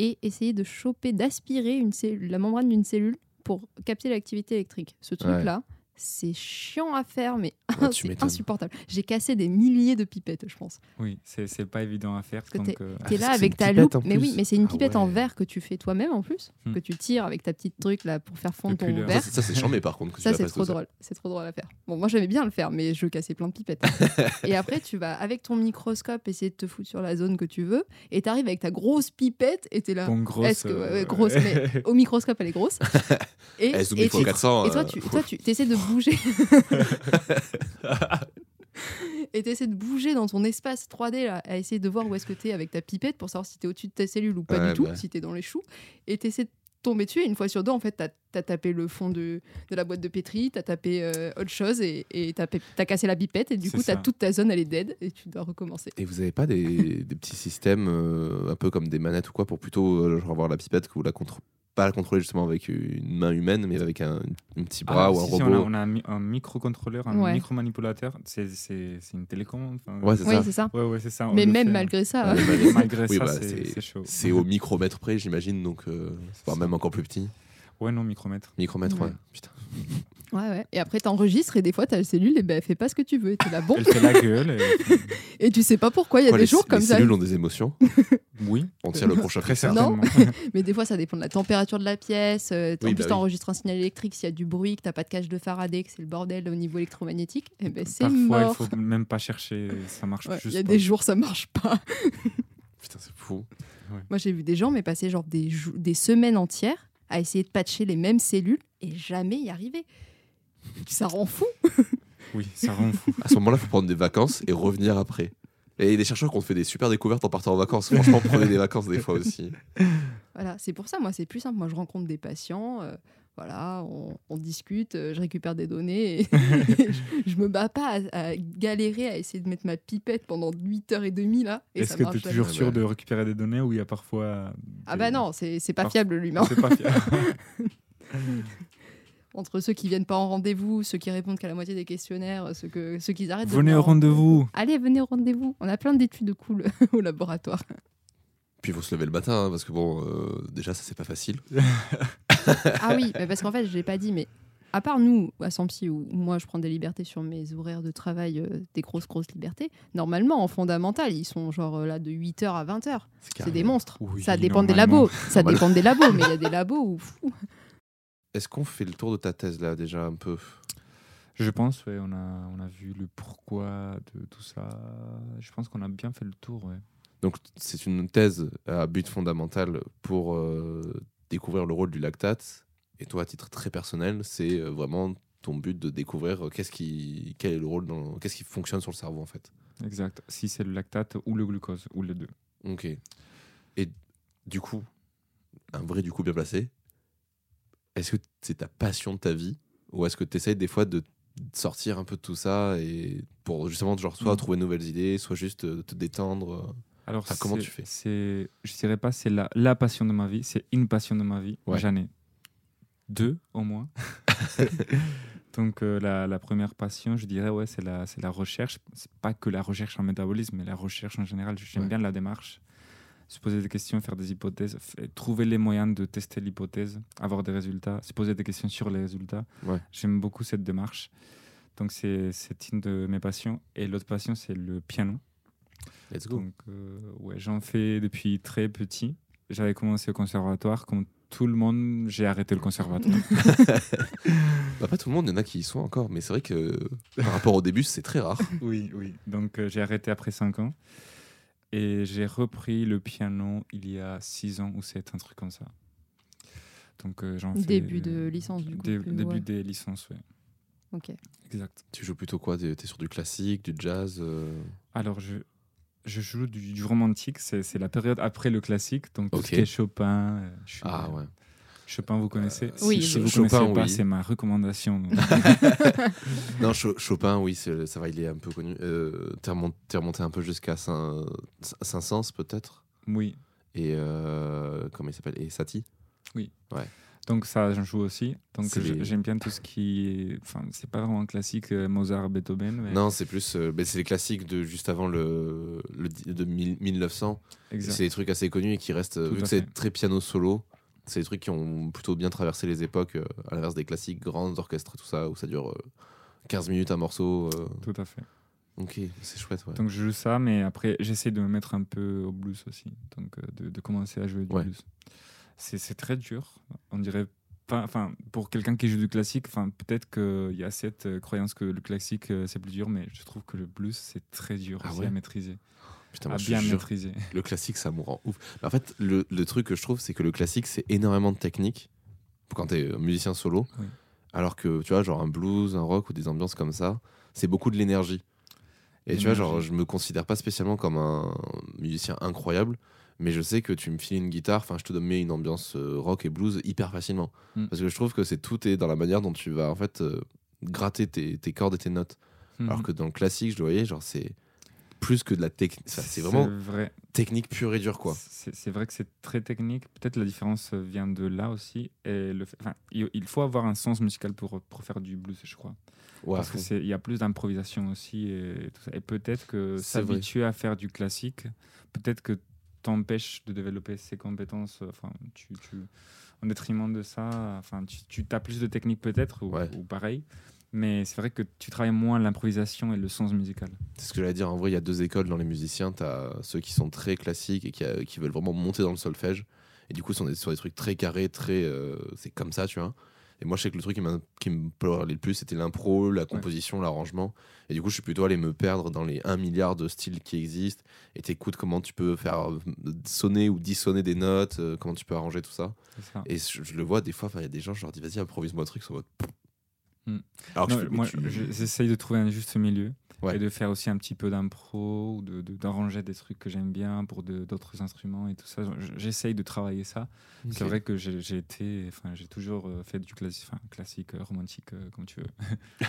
Speaker 2: et essayer de choper, d'aspirer une cellule- la membrane d'une cellule pour capter l'activité électrique. Ce truc-là, c'est chiant à faire, mais <laughs>
Speaker 1: Ouais, tu
Speaker 2: c'est
Speaker 1: m'étonnes.
Speaker 2: insupportable. J'ai cassé des milliers de pipettes, je pense.
Speaker 3: Oui, c'est c'est pas évident à faire.
Speaker 2: que
Speaker 3: donc, euh,
Speaker 2: T'es
Speaker 3: <laughs>
Speaker 1: parce
Speaker 2: là
Speaker 1: que Ah, c'est
Speaker 2: avec
Speaker 1: une
Speaker 2: ta
Speaker 1: pipette
Speaker 2: loupe,
Speaker 1: en
Speaker 2: mais oui,
Speaker 1: plus.
Speaker 2: mais c'est une
Speaker 1: Ah
Speaker 2: pipette en
Speaker 1: ouais.
Speaker 2: verre que tu fais toi-même en plus,
Speaker 3: Hmm.
Speaker 2: que tu tires avec ta petite truc là pour faire fondre
Speaker 3: Le
Speaker 2: ton
Speaker 3: puller.
Speaker 1: Ça,
Speaker 2: verre.
Speaker 1: c'est- ça, c'est chiant, mais par contre, que tu
Speaker 2: hein. Ça,
Speaker 1: la
Speaker 2: c'est
Speaker 1: fasses
Speaker 2: trop
Speaker 1: tout seul.
Speaker 2: drôle. C'est trop drôle à faire. Bon, moi, j'aimais bien le faire, mais je cassais plein de pipettes. hein.
Speaker 1: <laughs>
Speaker 2: et après, tu vas avec ton microscope essayer de te foutre sur la zone que tu veux. Et t'arrives avec ta grosse pipette et t'es là.
Speaker 3: bon, grosse. euh,
Speaker 2: que- ouais, grosse,
Speaker 3: <laughs>
Speaker 2: mais- Au microscope, elle est
Speaker 1: <laughs>
Speaker 2: grosse. Et,
Speaker 1: Eh, zoom
Speaker 2: et
Speaker 1: il faut
Speaker 2: tu-
Speaker 1: 400.
Speaker 2: et toi,
Speaker 1: euh,
Speaker 2: tu, toi, tu essaies de bouger. <laughs> et tu essaies de bouger dans ton espace 3D, là, à essayer de voir où est-ce que tu es avec ta pipette pour savoir si tu es au-dessus de ta cellule ou pas
Speaker 1: Ouais,
Speaker 2: du tout,
Speaker 1: bah.
Speaker 2: si tu es dans les choux. Et tu essaies de tomber dessus. Et une fois sur deux, en fait, tu as, tapé le fond de, de la boîte de pétri, tu as tapé euh, autre chose et tu as, cassé la pipette. Et du
Speaker 3: C'est
Speaker 2: coup, tu as
Speaker 3: ça.
Speaker 2: toute ta zone, elle est dead et tu dois recommencer.
Speaker 1: Et vous avez pas
Speaker 3: <laughs>
Speaker 1: des, des petits systèmes euh, un peu comme des manettes ou quoi pour plutôt euh, genre avoir la pipette que vous la contrôlez pas la contrôler justement avec une main humaine mais avec un, un petit bras
Speaker 3: Ah,
Speaker 1: ou un
Speaker 3: si, si,
Speaker 1: robot
Speaker 3: on a- on a, un, mi- un microcontrôleur, un
Speaker 2: Ouais.
Speaker 3: micromanipulateur. C'est, c'est, c'est une télécommande. enfin,
Speaker 1: Ouais, c'est
Speaker 2: Oui,
Speaker 1: ça.
Speaker 2: c'est ça.
Speaker 3: ouais, ouais, c'est ça. on
Speaker 2: Mais
Speaker 3: le
Speaker 2: même
Speaker 3: fait. hein.
Speaker 2: malgré ça,
Speaker 1: Ouais.
Speaker 3: Mais malgré
Speaker 1: Oui,
Speaker 3: ça,
Speaker 1: bah,
Speaker 3: c'est,
Speaker 1: c'est-
Speaker 3: c'est chaud.
Speaker 1: c'est au micromètre près j'imagine donc euh, voire même encore plus petit
Speaker 3: Ouais, non, micromètre.
Speaker 1: micromètre ouais,
Speaker 2: Ouais.
Speaker 1: putain
Speaker 2: <laughs> Ouais, ouais. Et après, t'enregistres et des fois, t'as la cellule et ben, elle fait pas ce que tu veux. Et t'es là, bon.
Speaker 3: Elle fait la gueule. et-
Speaker 2: Et tu sais pas pourquoi, il y a
Speaker 1: Quoi,
Speaker 2: des
Speaker 1: les,
Speaker 2: jours
Speaker 1: les
Speaker 2: comme ça.
Speaker 1: cellules ont des émotions <laughs>
Speaker 3: Oui,
Speaker 1: on tire le prochain
Speaker 3: <laughs> très
Speaker 1: ça
Speaker 3: certainement.
Speaker 2: Mais des fois, ça dépend de la température de la pièce. euh, en
Speaker 1: Oui, bah
Speaker 2: plus,
Speaker 1: oui.
Speaker 2: t'enregistres un signal électrique, s'il y a du bruit, que t'as pas de cage de Faraday, que c'est le bordel au niveau électromagnétique, eh
Speaker 3: <laughs>
Speaker 2: ben, c'est
Speaker 3: Parfois,
Speaker 2: mort.
Speaker 3: il faut même pas chercher. Ça marche
Speaker 2: Ouais, Il
Speaker 3: juste
Speaker 2: y a
Speaker 3: pas.
Speaker 2: des jours, ça marche pas. <laughs>
Speaker 1: putain c'est fou
Speaker 2: Moi, j'ai vu des gens, mais passer genre des, jou- des semaines entières à essayer de patcher les mêmes cellules et jamais y arriver. Ça rend fou.
Speaker 3: Oui, ça rend fou.
Speaker 1: à ce moment là faut prendre des vacances et revenir après et il y a des chercheurs qui ont fait des super découvertes en partant en vacances franchement prenez des vacances des fois aussi
Speaker 2: Voilà, c'est pour ça, moi, c'est plus simple. Moi, je rencontre des patients, euh, voilà, on, on discute, euh, je récupère des données, et,
Speaker 3: <laughs>
Speaker 2: <laughs> et je, je me bats pas à, à galérer à essayer de mettre ma pipette pendant 8h30 là, <laughs> et
Speaker 3: Est-ce
Speaker 2: ça
Speaker 3: que tu
Speaker 2: marche
Speaker 3: es
Speaker 2: jamais.
Speaker 3: toujours
Speaker 1: jamais.
Speaker 3: sûr de récupérer des données ou il y a parfois. des-
Speaker 2: Ah bah non, c'est c'est pas
Speaker 3: Parf-
Speaker 2: fiable l'humain.
Speaker 3: C'est pas fiable.
Speaker 2: <laughs> Entre ceux qui viennent pas en rendez-vous, ceux qui répondent qu'à la moitié des questionnaires, ceux, que, ceux qui arrêtent de
Speaker 3: Venez
Speaker 2: venir
Speaker 3: au
Speaker 2: en
Speaker 3: rendez-vous.
Speaker 2: Allez, venez au rendez-vous. On a plein d'études cool <laughs> au laboratoire.
Speaker 1: puis il faut se lever le matin hein, parce que bon euh, déjà ça c'est pas facile
Speaker 2: Ah oui, mais parce qu'en fait, je l'ai pas dit, mais à part nous, à Samsi, où moi je prends des libertés sur mes horaires de travail, euh, des grosses, grosses libertés, normalement, en fondamental, ils sont genre euh, là de 8h à 20h. C'est des monstres.
Speaker 3: Oui,
Speaker 2: ça dépend des
Speaker 3: normalement.
Speaker 2: labos. Ça
Speaker 1: Normalement.
Speaker 2: dépend des labos, mais il y
Speaker 1: <laughs>
Speaker 2: a des labos où. fou.
Speaker 1: est-ce qu'on fait le tour de ta thèse là déjà un peu
Speaker 3: Je pense, ouais, on a, on a vu le pourquoi de tout ça. Je pense qu'on a bien fait le tour, ouais.
Speaker 1: Donc c'est une thèse à but fondamental pour euh, découvrir le rôle du lactate. Et toi, à titre très personnel, c'est euh, vraiment ton but de découvrir euh, qu'est-ce qui, quel est le rôle, dans- qu'est-ce qui fonctionne sur le cerveau en fait.
Speaker 3: Exact. Si c'est le lactate ou le glucose, ou les deux.
Speaker 1: Ok. Et du coup, un vrai du coup bien placé. Est-ce que c'est ta passion de ta vie ou est-ce que tu essayes des fois de sortir un peu de tout ça et pour justement genre soit
Speaker 3: Mhm.
Speaker 1: trouver de nouvelles idées, soit juste euh, te détendre.
Speaker 3: Alors,
Speaker 1: Ah, comment
Speaker 3: c'est-
Speaker 1: tu fais
Speaker 3: c'est, Je dirais pas c'est la, la passion de ma vie, c'est une passion de ma vie.
Speaker 1: Ouais.
Speaker 3: J'en ai deux
Speaker 1: <laughs>
Speaker 3: au moins. Donc, euh, la, la première passion, je dirais, ouais, c'est la, c'est la recherche. C'est pas que la recherche en métabolisme, mais la recherche en général. J'aime
Speaker 1: Ouais.
Speaker 3: bien la démarche. Se poser des questions, faire des hypothèses, f- trouver les moyens de tester l'hypothèse, avoir des résultats, se poser des questions sur les résultats.
Speaker 1: Ouais.
Speaker 3: J'aime beaucoup cette démarche. Donc, c'est, c'est une de mes passions. Et l'autre passion, c'est le piano.
Speaker 1: Let's go.
Speaker 3: Donc, euh, ouais, j'en fais depuis très petit. j'avais commencé au conservatoire, comme tout le monde, j'ai arrêté
Speaker 2: <laughs>
Speaker 3: le conservatoire.
Speaker 1: Bah, pas tout le monde, il y en a qui y sont encore, mais c'est vrai que euh, par rapport au début, c'est très rare.
Speaker 3: oui, oui. Donc euh, j'ai arrêté après 5 ans. Et j'ai repris le piano il y a 6 ans ou 7, un truc comme ça. Donc euh, j'en fais.
Speaker 2: Début de licence, du coup,
Speaker 3: Dé-
Speaker 2: plus,
Speaker 3: début
Speaker 2: ouais.
Speaker 3: des licences, oui.
Speaker 2: Ok.
Speaker 3: Exact.
Speaker 1: Tu joues plutôt quoi T'es t'es sur du classique, du jazz euh,
Speaker 3: Alors je, je joue du, du romantique, c'est c'est la période après le classique. Donc tout
Speaker 1: Ok.
Speaker 3: ce qui est Chopin. euh, je suis-
Speaker 1: Ah ouais.
Speaker 3: Chopin, vous connaissez
Speaker 2: Oui,
Speaker 3: Si, si
Speaker 2: oui.
Speaker 3: vous
Speaker 1: Chopin,
Speaker 3: connaissez pas,
Speaker 1: oui.
Speaker 3: c'est ma
Speaker 2: <laughs>
Speaker 3: recommandation. donc.
Speaker 1: Non, Cho- Chopin, oui, c'est- ça va, il est un peu connu. Euh, T'es remon- t'es remonté un peu jusqu'à Saint- Saint-Saëns, peut-être
Speaker 3: oui.
Speaker 1: Et euh, comment il s'appelle Et Satie
Speaker 3: Donc ça, j'en joue aussi. Donc
Speaker 1: C'est
Speaker 3: je-
Speaker 1: les-
Speaker 3: j'aime bien tout ce qui est... Enfin, c'est pas vraiment classique, euh, Mozart, Beethoven. Mais...
Speaker 1: Non, c'est plus. euh, ben, c'est les classiques de juste avant le, le de mille- 1900.
Speaker 3: exact.
Speaker 1: C'est des trucs assez connus et qui restent. euh,
Speaker 3: Tout
Speaker 1: vu
Speaker 3: à
Speaker 1: que c'est
Speaker 3: fait.
Speaker 1: très piano solo, c'est des trucs qui ont plutôt bien traversé les époques, euh, à l'inverse des classiques, grandes orchestres, tout ça, où ça dure euh, 15 minutes un morceau. euh.
Speaker 3: Tout à fait.
Speaker 1: Ok, c'est chouette, ouais.
Speaker 3: Donc je joue ça, mais après, j'essaie de me mettre un peu au blues aussi. Donc euh, de, de commencer à jouer du
Speaker 1: Ouais.
Speaker 3: blues. C'est c'est très dur. On dirait pas... Enfin, pour quelqu'un qui joue du classique, enfin, peut-être qu'il y a cette euh, croyance que le classique, euh, c'est plus dur, mais je trouve que le blues, c'est très dur
Speaker 1: Ah
Speaker 3: aussi
Speaker 1: ouais
Speaker 3: à maîtriser.
Speaker 1: Putain, moi,
Speaker 3: à
Speaker 1: je
Speaker 3: bien
Speaker 1: te jure,
Speaker 3: maîtriser.
Speaker 1: le classique, ça me rend ouf. Mais en fait, le, le truc que je trouve, c'est que le classique, c'est énormément de technique quand t'es euh, musicien solo.
Speaker 3: Oui.
Speaker 1: Alors que, tu vois, genre un blues, un rock ou des ambiances comme ça, c'est beaucoup de l'énergie. Et tu vois,
Speaker 3: L'énergie.
Speaker 1: genre, je me considère pas spécialement comme un musicien incroyable, mais je sais que tu me files une guitare, enfin, je te mets une ambiance euh, rock et blues hyper facilement.
Speaker 3: Mm.
Speaker 1: Parce que je trouve que c'est tout est dans la manière dont tu vas, en fait, euh, gratter tes, tes cordes et tes notes.
Speaker 3: Mm. <laughs>
Speaker 1: Alors que dans le classique, je le voyais, genre, c'est plus que de la technique. ça, C'est vraiment
Speaker 3: vrai.
Speaker 1: technique pure et dure, quoi.
Speaker 3: C'est c'est vrai que c'est très technique. Peut-être la différence euh, vient de là aussi. Et le fait- enfin, il il faut avoir un sens musical pour, pour faire du blues, je crois.
Speaker 1: Ouais,
Speaker 3: Parce
Speaker 1: fou.
Speaker 3: qu'il y a plus d'improvisation aussi. Et, tout ça. Et peut-être que
Speaker 1: C'est vrai.
Speaker 3: s'habituer à faire du classique, peut-être que t'empêche de développer ses compétences. euh, Enfin, tu, tu- en détriment de ça, enfin, tu, tu as plus de technique peut-être, ou,
Speaker 1: Ouais.
Speaker 3: ou pareil. Mais c'est vrai que tu travailles moins l'improvisation et le sens musical.
Speaker 1: C'est ce que j'allais dire. En vrai, il y a deux écoles dans les musiciens. Tu as ceux qui sont très classiques et qui, euh, qui veulent vraiment monter dans le solfège. Et du coup, sont des- sur des trucs très carrés, très. euh, c'est comme ça, tu vois. Et moi, je sais que le truc qui m'a- qui me parlait le plus, c'était l'impro, la composition, l'arrangement. Et du coup, je suis plutôt allé me perdre dans les 1 milliard de styles qui existent. Et t'écoutes comment tu peux faire euh, sonner ou dissonner des notes, euh, comment tu peux arranger tout ça.
Speaker 3: C'est ça.
Speaker 1: Et je, je le vois des fois, enfin, il y a des gens, je leur dis, vas-y, improvise-moi un truc sur votre.
Speaker 3: Hmm.
Speaker 1: Alors que
Speaker 3: Non,
Speaker 1: je fais, mais
Speaker 3: moi,
Speaker 1: tu-
Speaker 3: je- j'essaye de trouver un juste milieu
Speaker 1: Ouais.
Speaker 3: et de faire aussi un petit peu d'impro, ou de- de- d'arranger des trucs que j'aime bien pour de- d'autres instruments et tout ça. Je- J'essaye de travailler ça. C'est
Speaker 1: Ok.
Speaker 3: vrai que j'ai j'ai été, enfin, j'ai toujours euh, fait du classi- enfin, classique, euh, romantique, euh, comme tu veux.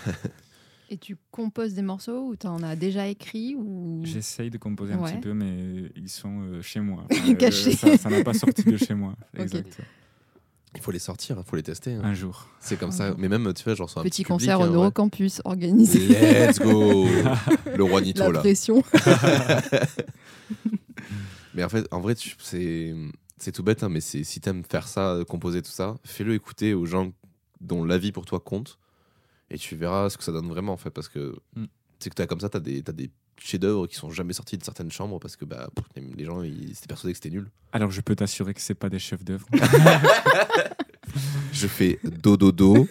Speaker 2: Et tu composes des morceaux ou t'en as déjà écrit ou
Speaker 3: J'essaye de composer un
Speaker 2: Mm. Ouais.
Speaker 3: petit peu, mais ils sont euh, chez
Speaker 2: <laughs>
Speaker 3: moi. Enfin, euh,
Speaker 2: Cachés.
Speaker 3: ça- Ça n'a pas sorti de chez moi.
Speaker 2: <laughs> Ok.
Speaker 3: Exact.
Speaker 1: Il faut les sortir, il faut les tester. hein.
Speaker 3: Un jour.
Speaker 1: C'est comme ça. Mais même, tu vois, genre sur un
Speaker 2: Petit
Speaker 1: petit,
Speaker 2: concert au
Speaker 1: public, hein,
Speaker 2: Neurocampus
Speaker 1: ouais.
Speaker 2: organisé. <laughs>
Speaker 1: Let's go Le roi Nito,
Speaker 2: La
Speaker 1: là.
Speaker 2: pression.
Speaker 1: Mais en fait, en vrai, tu- c'est c'est tout bête, hein, mais c'est- si t'aimes faire ça, euh, composer tout ça, fais-le écouter aux gens dont l'avis pour toi compte et tu verras ce que ça donne vraiment, en fait, parce que
Speaker 3: Mm.
Speaker 1: c'est que t'as comme ça, t'as des, t'as des chefs-d'œuvre qui sont jamais sortis de certaines chambres parce que bah, pff, les, les gens, ils étaient persuadés que c'était nul.
Speaker 3: Alors, je peux t'assurer que c'est pas des chefs-d'œuvre.
Speaker 1: Ah, Je fais do do do,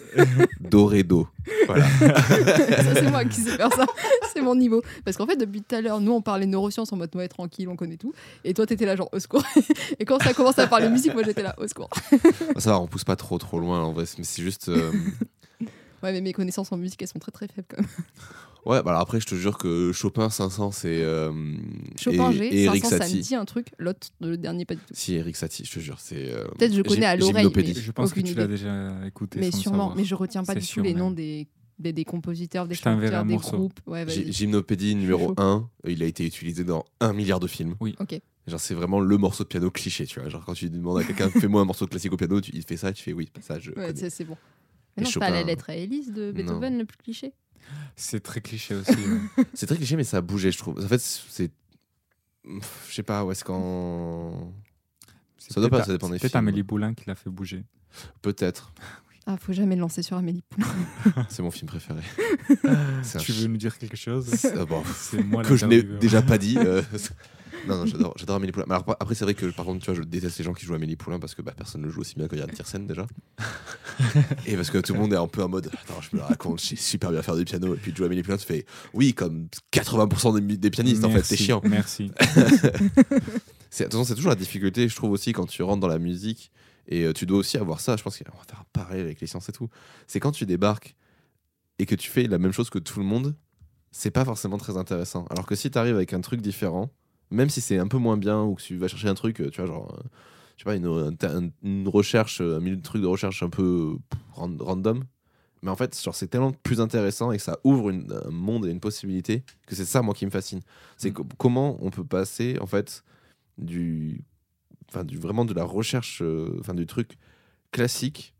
Speaker 1: do ré do. Voilà.
Speaker 2: <laughs> ça, c'est moi qui sais faire ça. <laughs> c'est mon niveau. Parce qu'en fait, depuis tout à l'heure, nous, on parlait neurosciences en mode ouais, tranquille, on connaît tout. Et toi, t'étais là, genre au secours. <laughs> Et quand ça commence à parler musique, moi, j'étais là, au secours.
Speaker 1: Ah, Ça va, on pousse pas trop trop loin en vrai, mais c'est juste. euh,
Speaker 2: Ouais, mais mes connaissances en musique, elles sont très très faibles quand même.
Speaker 1: Ouais, bah alors après, je te jure que Chopin 500, c'est. euh,
Speaker 2: Chopin
Speaker 1: et,
Speaker 2: G,
Speaker 1: et Eric
Speaker 2: 500, ça me
Speaker 1: Satie.
Speaker 2: dit un truc. L'autre, le dernier, pas du tout.
Speaker 1: Si, Eric Satie, je te jure, c'est. euh,
Speaker 2: Peut-être je connais
Speaker 1: gym-
Speaker 2: à l'oreille,
Speaker 1: gymnopédie.
Speaker 2: mais-
Speaker 3: je pense
Speaker 2: Aucune
Speaker 3: que tu l'as
Speaker 2: idée.
Speaker 3: déjà écouté.
Speaker 2: Mais
Speaker 3: sans le
Speaker 2: sûrement,
Speaker 3: savoir.
Speaker 2: mais je retiens pas
Speaker 3: C'est
Speaker 2: du tout
Speaker 3: sûr,
Speaker 2: les
Speaker 3: même.
Speaker 2: noms des, des, des compositeurs, des
Speaker 3: Je t'enverrai
Speaker 2: chanteurs,
Speaker 3: un
Speaker 2: des
Speaker 3: morceau.
Speaker 2: groupes. Ouais,
Speaker 1: Gy-
Speaker 2: ah, vas-y.
Speaker 1: Gymnopédie
Speaker 2: chaud.
Speaker 1: numéro 1, il a été utilisé dans un milliard de films.
Speaker 3: Oui.
Speaker 2: Ok.
Speaker 1: Genre, c'est vraiment le morceau de piano cliché, tu vois. Genre, quand tu demandes à quelqu'un, fais-moi un morceau de classique au piano, tu- il fait ça, tu fais oui, ça, je.
Speaker 2: Ouais,
Speaker 1: connais.
Speaker 2: ça, c'est bon.
Speaker 1: Et
Speaker 2: Mais non, c'est pas
Speaker 1: Chopin,
Speaker 2: la lettre à Élise de Beethoven, le plus cliché.
Speaker 3: C'est très
Speaker 1: <laughs>
Speaker 3: cliché aussi. ouais.
Speaker 1: C'est très cliché, mais ça a bougé, je trouve. En fait, c'est. Pff, Je sais pas, où est-ce qu'en.
Speaker 3: C'est
Speaker 1: Ça doit pas,
Speaker 3: peut-être-
Speaker 1: ça dépend des
Speaker 3: C'est peut-être
Speaker 1: films.
Speaker 3: Amélie Boulin qui l'a fait bouger.
Speaker 1: Peut-être.
Speaker 3: <laughs>
Speaker 2: Ah, faut jamais le lancer sur Amélie Poulain.
Speaker 1: C'est mon film
Speaker 3: <laughs>
Speaker 1: préféré. C'est un
Speaker 3: Tu
Speaker 1: ch-
Speaker 3: veux nous dire quelque
Speaker 2: <laughs>
Speaker 3: chose
Speaker 1: C'est- euh, bon, pff,
Speaker 3: C'est moi
Speaker 1: que je n'ai
Speaker 3: <laughs> l'intervieweur.
Speaker 1: déjà pas dit. euh, <laughs> Non, non, j'adore, j'adore Amélie Poulain. Mais alors, après, c'est vrai que par contre, tu vois, je déteste les gens qui jouent Amélie Poulain parce que bah, personne ne joue aussi bien que Yann Tiersen
Speaker 3: <laughs>
Speaker 1: déjà. et parce que tout le monde est un peu en mode Attends, je me la raconte, je sais super bien faire du piano. Et puis tu joues Amélie Poulain, tu fais Oui, comme 80% des, des pianistes en fait, c'est chiant.
Speaker 3: Merci.
Speaker 1: C'est, de toute façon, c'est toujours la difficulté, je trouve aussi, quand tu rentres dans la musique. Et euh, tu dois aussi avoir ça. Je pense qu'on va faire un parallèle avec les sciences et tout. C'est quand tu débarques et que tu fais la même chose que tout le monde, c'est pas forcément très intéressant. Alors que si tu arrives avec un truc différent, même si c'est un peu moins bien ou que tu vas chercher un truc, euh, tu vois, genre, euh, je sais pas, une, un- un- une recherche, euh, un milieu de trucs de recherche un peu euh, pff, ran- random. Mais en fait, genre, c'est tellement plus intéressant et que ça ouvre une- un monde et une possibilité que c'est ça, moi, qui me fascine. C'est co- comment on peut passer, en fait, du, enfin, du vraiment de la recherche, euh, enfin, du truc classique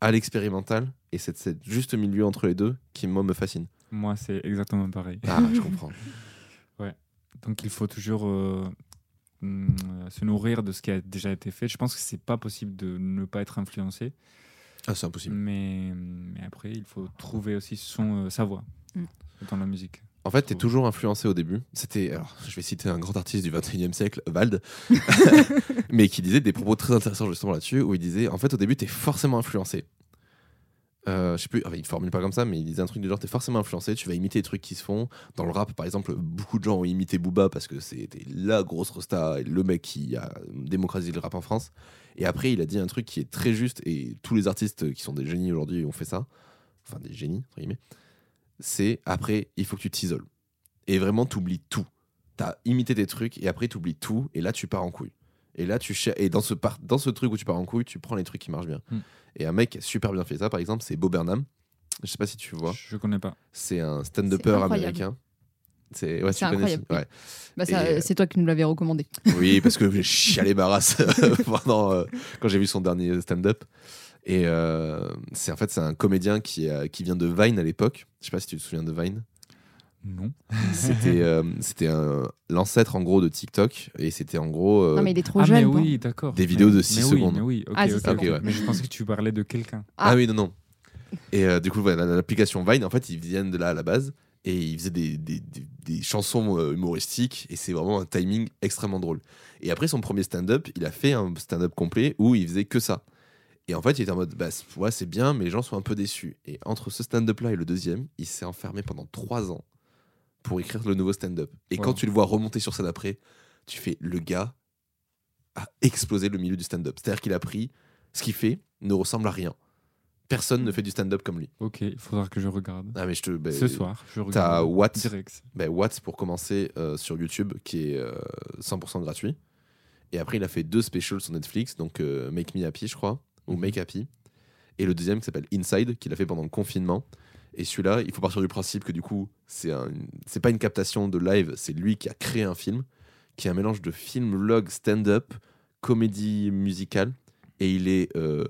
Speaker 1: à l'expérimental. Et c'est c'est juste milieu entre les deux qui, moi, me fascine.
Speaker 3: Moi, c'est exactement pareil.
Speaker 1: Ah, je comprends.
Speaker 3: Donc il faut toujours euh, hum, euh, se nourrir de ce qui a déjà été fait. Je pense que c'est pas possible de ne pas être influencé,
Speaker 1: Ah, c'est impossible.
Speaker 3: mais, mais après il faut trouver aussi son euh, sa voix
Speaker 2: Mm.
Speaker 3: dans la musique.
Speaker 1: En fait, t'es
Speaker 3: Trop.
Speaker 1: toujours influencé au début. C'était, alors, je vais citer un grand artiste du 21e siècle, <laughs> Wald, mais qui disait des propos très intéressants justement là-dessus, où il disait, en fait, au début, t'es forcément influencé. Euh, je sais plus, enfin, il formule pas comme ça, mais il disait un truc du genre, t'es forcément influencé, tu vas imiter les trucs qui se font. Dans le rap, par exemple, beaucoup de gens ont imité Booba parce que c'était la grosse rosta, et le mec qui a démocratisé le rap en France. Et après, il a dit un truc qui est très juste, et tous les artistes qui sont des génies aujourd'hui ont fait ça, enfin des génies, entre guillemets, c'est après, il faut que tu t'isoles. Et vraiment, t'oublies tout. T'as imité des trucs, et après, t'oublies tout, et là, tu pars en couille. Et là, tu cher- et dans ce, par- dans ce truc où tu pars en couille, tu prends les trucs qui marchent bien.
Speaker 3: Mm.
Speaker 1: Et un mec qui a super bien fait ça, par exemple, c'est Bo Burnham. Je sais pas si tu vois.
Speaker 3: Je connais pas.
Speaker 1: C'est un
Speaker 2: C'est
Speaker 1: stand-upper
Speaker 2: incroyable.
Speaker 1: américain. C'est ouais, tu
Speaker 2: C'est
Speaker 1: connais aussi.
Speaker 2: incroyable, oui.
Speaker 1: Ouais.
Speaker 2: Bah, ça,
Speaker 1: Et-
Speaker 2: euh, C'est toi qui nous l'avais recommandé.
Speaker 1: Oui, parce que j'ai chialé ma
Speaker 2: <laughs>
Speaker 1: race <laughs> pendant, euh, quand j'ai vu son dernier stand-up. Et euh, c'est en fait c'est un comédien qui, a- qui vient de Vine à l'époque. Je sais pas si tu te souviens de Vine.
Speaker 3: Non.
Speaker 1: C'était euh, c'était un- l'ancêtre en gros de TikTok et c'était en gros. euh,
Speaker 2: Non, mais il est trop
Speaker 3: ah mais
Speaker 2: jeune. quoi.
Speaker 3: oui, d'accord.
Speaker 1: Des vidéos de
Speaker 3: Mais-
Speaker 1: six
Speaker 3: mais oui,
Speaker 1: secondes.
Speaker 3: mais oui, ok,
Speaker 2: Ah, six
Speaker 3: ok,
Speaker 2: secondes.
Speaker 3: ok.
Speaker 1: Ok, ouais.
Speaker 3: Mais je pensais que tu parlais de quelqu'un.
Speaker 1: ah.
Speaker 2: Ah.
Speaker 1: oui non non. Et euh, du coup voilà, l'application Vine en fait ils viennent de là à la base et ils faisaient des, des- des- des chansons euh, humoristiques et c'est vraiment un timing extrêmement drôle. Et après son premier stand-up il a fait un stand-up complet où il faisait que ça. Et en fait, il était en mode, bah, c'est- ouais, c'est bien, mais les gens sont un peu déçus. Et entre ce stand-up-là et le deuxième, il s'est enfermé pendant trois ans pour écrire le nouveau stand-up. Et
Speaker 3: Wow.
Speaker 1: quand tu le vois remonter sur scène après, tu fais, le gars a explosé le milieu du stand-up. C'est-à-dire qu'il a pris ce qu'il fait ne ressemble à rien. Personne ne fait du stand-up comme lui.
Speaker 3: Ok, il faudra que je regarde.
Speaker 1: Ah, mais je te. bah,
Speaker 3: Ce soir, je regarde.
Speaker 1: T'as What
Speaker 3: direct.
Speaker 1: ben, Watts pour commencer euh, sur YouTube qui est euh, 100% gratuit. Et après, il a fait deux specials sur Netflix, donc euh, Make Me Happy, je crois, ou Make Happy. Et le deuxième qui s'appelle Inside, qu'il a fait pendant le confinement. Et celui-là, il faut partir du principe que du coup, c'est un- c'est pas une captation de live, c'est lui qui a créé un film, qui est un mélange de film, log, stand-up, comédie musicale. Et il est euh,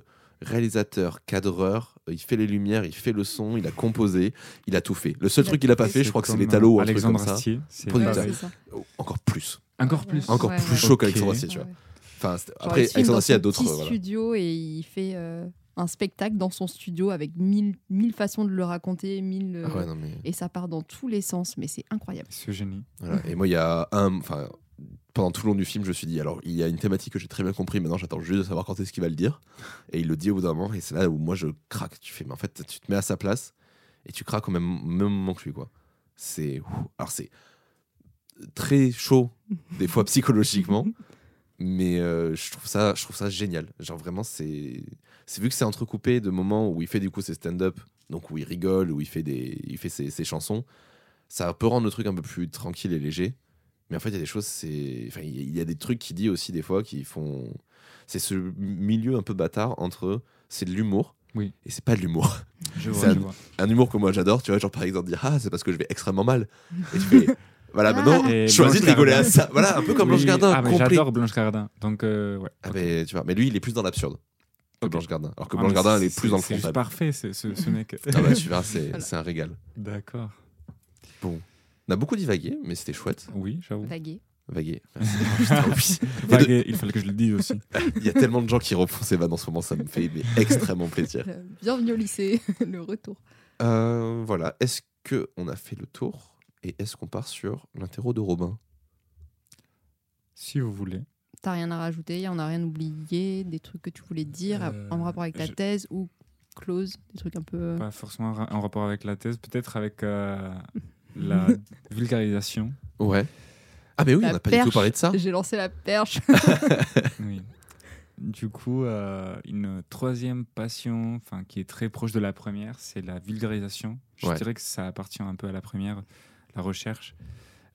Speaker 1: réalisateur, cadreur, il fait les lumières, il fait le son, il a composé, il a tout fait. Le seul
Speaker 2: Il a
Speaker 1: truc
Speaker 2: tout
Speaker 1: qu'il a pas
Speaker 2: fait,
Speaker 1: fait, je crois que c'est les
Speaker 3: comme,
Speaker 1: talos ou
Speaker 3: euh,
Speaker 1: un truc comme
Speaker 3: Alexandre
Speaker 1: ça.
Speaker 3: Astier. c'est
Speaker 1: Produit
Speaker 2: Ouais,
Speaker 3: pareil.
Speaker 2: c'est
Speaker 1: direct.
Speaker 2: ça.
Speaker 1: Encore plus.
Speaker 3: Encore plus.
Speaker 1: Encore
Speaker 2: Ouais,
Speaker 1: plus
Speaker 2: ouais.
Speaker 1: chaud
Speaker 3: Ok.
Speaker 1: qu'Alexandre Astier, tu vois.
Speaker 2: Ouais.
Speaker 1: Enfin, c'était-
Speaker 2: Genre,
Speaker 1: après,
Speaker 2: il filme
Speaker 1: Alexandre
Speaker 2: dans
Speaker 1: Astier a
Speaker 2: son
Speaker 1: d'autres. euh,
Speaker 2: petit
Speaker 1: voilà.
Speaker 2: studio et il fait euh, un spectacle dans son studio avec mille, mille façons de le raconter, mille. euh,
Speaker 1: Ah ouais, non, mais-
Speaker 2: Et ça part dans tous les sens, mais c'est incroyable.
Speaker 3: Ce génie.
Speaker 1: voilà. Et moi, il y a un. Enfin, pendant tout le long du film, je me suis dit, alors, il y a une thématique que j'ai très bien compris, maintenant j'attends juste de savoir quand est-ce qu'il va le dire. Et il le dit au bout d'un moment, et c'est là où moi je craque. Tu fais, mais en fait, tu te mets à sa place, et tu craques au même, même moment que lui, quoi. C'est. ouh. Alors, c'est très chaud, des fois
Speaker 2: <laughs>
Speaker 1: psychologiquement, mais euh, je trouve ça je trouve ça génial genre vraiment c'est c'est vu que c'est entrecoupé de moments où il fait du coup ses stand-up donc où il rigole où il fait des il fait ses, ses chansons ça peut rendre le truc un peu plus tranquille et léger mais en fait il y a des choses c'est enfin il y a- il y a des trucs qu'il dit aussi des fois qui font c'est ce milieu un peu bâtard entre c'est de l'humour
Speaker 3: Oui.
Speaker 1: et c'est pas de l'humour <laughs> C'est
Speaker 3: Je vois,
Speaker 1: un-
Speaker 3: je vois.
Speaker 1: un humour que moi j'adore tu vois genre par exemple dire ah c'est parce que je vais extrêmement mal et tu fais voilà maintenant
Speaker 3: Et
Speaker 1: choisis de
Speaker 3: Blanche
Speaker 1: rigoler à
Speaker 3: Gardin.
Speaker 1: ça voilà un peu comme
Speaker 3: Oui,
Speaker 1: Blanche Gardin
Speaker 3: ah, mais
Speaker 1: complet.
Speaker 3: J'adore Blanche Gardin. Donc, euh, ouais.
Speaker 1: Ah ben, tu vois, mais lui, il est plus dans l'absurde que
Speaker 3: Ok.
Speaker 1: Blanche Gardin. Alors que
Speaker 3: Ah,
Speaker 1: Blanche
Speaker 3: mais
Speaker 1: Gardin, elle est
Speaker 3: c'est-
Speaker 1: plus dans le
Speaker 3: C'est juste
Speaker 1: frontal.
Speaker 3: parfait, ce, ce-
Speaker 1: <laughs>
Speaker 3: ce mec.
Speaker 1: Ah bah, tu verras, c'est
Speaker 2: Voilà.
Speaker 1: c'est un régal.
Speaker 3: <laughs> D'accord.
Speaker 1: On a beaucoup divagué, mais c'était chouette.
Speaker 3: Oui, j'avoue.
Speaker 2: Vagué.
Speaker 1: Vagué. Merci. Oh, <laughs> putain, oui.
Speaker 3: Vague, Il fallait que je le dise aussi.
Speaker 1: Il y a tellement de gens qui refont ces vannes en ce moment, ça me fait mais, extrêmement plaisir.
Speaker 2: Euh, Bienvenue au lycée, <laughs> le retour.
Speaker 1: Euh, voilà, est-ce que on a fait le tour et est-ce qu'on part sur l'interro de Robin
Speaker 3: Si vous voulez.
Speaker 2: T'as rien à rajouter, on n'a rien oublié, des trucs que tu voulais dire
Speaker 3: Euh,
Speaker 2: en rapport avec ta
Speaker 3: je-
Speaker 2: thèse ou close, des trucs un peu. euh,
Speaker 3: Pas forcément ra- en rapport avec la thèse, peut-être avec euh,
Speaker 1: <laughs>
Speaker 3: la vulgarisation.
Speaker 1: Ouais. Ah, mais oui,
Speaker 2: La
Speaker 1: on n'a pas du
Speaker 2: perche.
Speaker 1: tout parlé
Speaker 2: <laughs>
Speaker 1: de ça.
Speaker 2: J'ai lancé la perche.
Speaker 3: Oui. Du coup, euh, une troisième passion, enfin qui est très proche de la première, c'est la vulgarisation. Je
Speaker 1: Ouais.
Speaker 3: dirais que ça appartient un peu à la première, la recherche.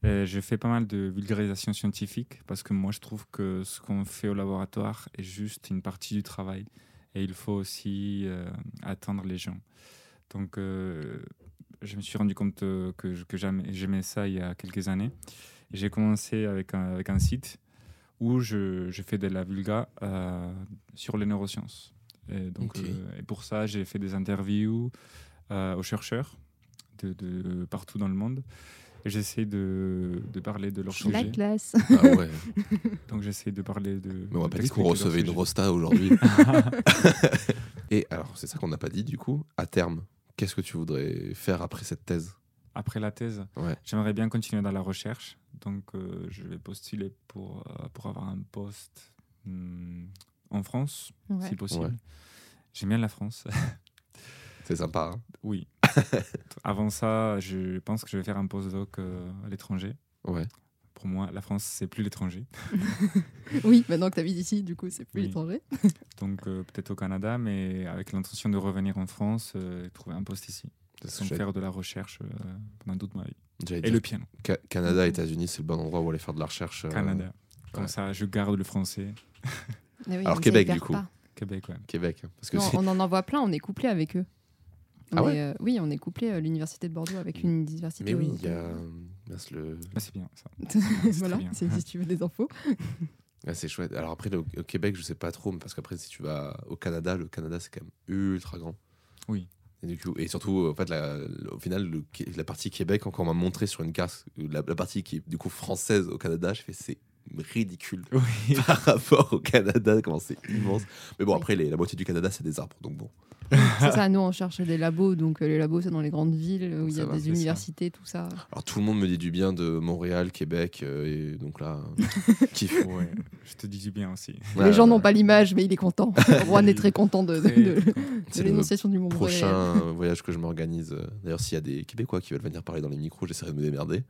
Speaker 3: Euh, je fais pas mal de vulgarisation scientifique parce que moi je trouve que ce qu'on fait au laboratoire est juste une partie du travail et il faut aussi euh, atteindre les gens. Donc euh, je me suis rendu compte euh, que, je- que j'aimais j'aimais ça il y a quelques années. Et J'ai commencé avec un, avec un site où je, je fais de la vulga euh, sur les neurosciences. Et, donc,
Speaker 1: Ok.
Speaker 3: euh, et pour ça, j'ai fait des interviews euh, aux chercheurs de, de partout dans le monde. Et j'essaie de, de parler de leur
Speaker 2: La
Speaker 3: sujet.
Speaker 2: classe.
Speaker 1: Ah ouais.
Speaker 3: Donc j'essaie de parler de.
Speaker 1: Mais on va
Speaker 3: de
Speaker 1: pas dit qu'on
Speaker 3: t'expliquer leur
Speaker 1: recevait une
Speaker 3: sujet.
Speaker 1: rosta
Speaker 3: <laughs>
Speaker 1: aujourd'hui. Et alors, c'est ça qu'on n'a pas dit du coup. À terme, qu'est-ce que tu voudrais faire après cette thèse
Speaker 3: après la thèse,
Speaker 1: Ouais.
Speaker 3: j'aimerais bien continuer dans la recherche. Donc, euh, je vais postuler pour, euh, pour avoir un poste hmm, en France,
Speaker 2: Ouais.
Speaker 3: si possible.
Speaker 1: Ouais.
Speaker 3: J'aime bien la France. <laughs>
Speaker 1: C'est sympa. hein <laughs>
Speaker 3: oui. Avant ça, je pense que je vais faire un postdoc euh, à l'étranger.
Speaker 1: ouais.
Speaker 3: Pour moi, la France, c'est plus l'étranger.
Speaker 2: Oui, maintenant que t'habites ici, du coup, c'est plus
Speaker 3: Oui.
Speaker 2: l'étranger.
Speaker 3: Donc, euh, peut-être au Canada, mais avec l'intention de revenir en France euh, et trouver un poste ici.
Speaker 1: C'est ce que
Speaker 3: Donc,
Speaker 1: j'allais-
Speaker 3: faire de la recherche euh, pendant toute ma vie.
Speaker 1: j'allais
Speaker 3: Et
Speaker 1: dire.
Speaker 3: le piano,
Speaker 1: Ca- Canada, États-Unis, c'est le bon endroit où aller faire de la recherche. euh,
Speaker 3: Canada. Comme
Speaker 1: ouais.
Speaker 3: ça, je garde le français.
Speaker 2: Mais oui, comme
Speaker 1: Alors,
Speaker 2: ça, ils
Speaker 1: Québec, du
Speaker 2: perdent
Speaker 1: coup.
Speaker 2: pas.
Speaker 3: Québec, ouais.
Speaker 1: Québec. hein, Parce que
Speaker 2: Non,
Speaker 1: <laughs> c'est-
Speaker 2: on en envoie plein, on est couplé avec eux. On
Speaker 1: Ah ouais
Speaker 2: est, euh, oui, on est couplé à l'université de Bordeaux avec une université.
Speaker 1: Mais oui,
Speaker 2: au-
Speaker 1: il y
Speaker 2: <laughs>
Speaker 1: a. euh, mince, le-
Speaker 3: Ah, c'est bien, ça.
Speaker 2: voilà,
Speaker 3: très bien.
Speaker 2: c'est si tu veux des
Speaker 1: <laughs>
Speaker 2: infos.
Speaker 1: Ah, c'est chouette. Alors après, le- au Québec, je sais pas trop, mais parce qu'après, si tu vas au Canada, le Canada, c'est quand même ultra grand.
Speaker 3: Oui.
Speaker 1: Et, du coup, et surtout, en fait, la- au final, le- la partie Québec, encore on m'a montré sur une carte, euh, la, la partie qui est du coup française au Canada, je fais c'est ridicule
Speaker 3: Oui.
Speaker 1: <laughs> par rapport au Canada, comment c'est immense. Mais bon,
Speaker 2: Oui.
Speaker 1: après, les- la moitié du Canada, c'est des arbres, donc bon.
Speaker 2: c'est ça, nous on cherche des labos, donc euh, les labos c'est dans les grandes villes où il y
Speaker 1: Ça
Speaker 2: a
Speaker 1: va,
Speaker 2: des
Speaker 3: c'est ça.
Speaker 2: universités, tout ça.
Speaker 1: Alors tout le monde me dit du bien de Montréal, Québec, euh, et
Speaker 2: <laughs>
Speaker 1: donc là, kiff.
Speaker 3: Ouais, <laughs> je te dis du bien aussi.
Speaker 2: les
Speaker 1: Ouais,
Speaker 2: gens
Speaker 1: ouais,
Speaker 2: n'ont
Speaker 1: ouais.
Speaker 2: pas l'image, mais il est
Speaker 1: <laughs>
Speaker 2: content. <laughs> Juan est très
Speaker 3: <laughs>
Speaker 2: content de, de- <laughs>
Speaker 3: Très
Speaker 2: de- de
Speaker 3: content.
Speaker 1: C'est le
Speaker 2: l'énonciation du mot
Speaker 1: prochain
Speaker 2: réel.
Speaker 1: euh, voyage que je m'organise. euh, D'ailleurs, s'il y a des Québécois qui veulent venir parler dans les micros, j'essaierai de
Speaker 2: <laughs>
Speaker 1: me démerder.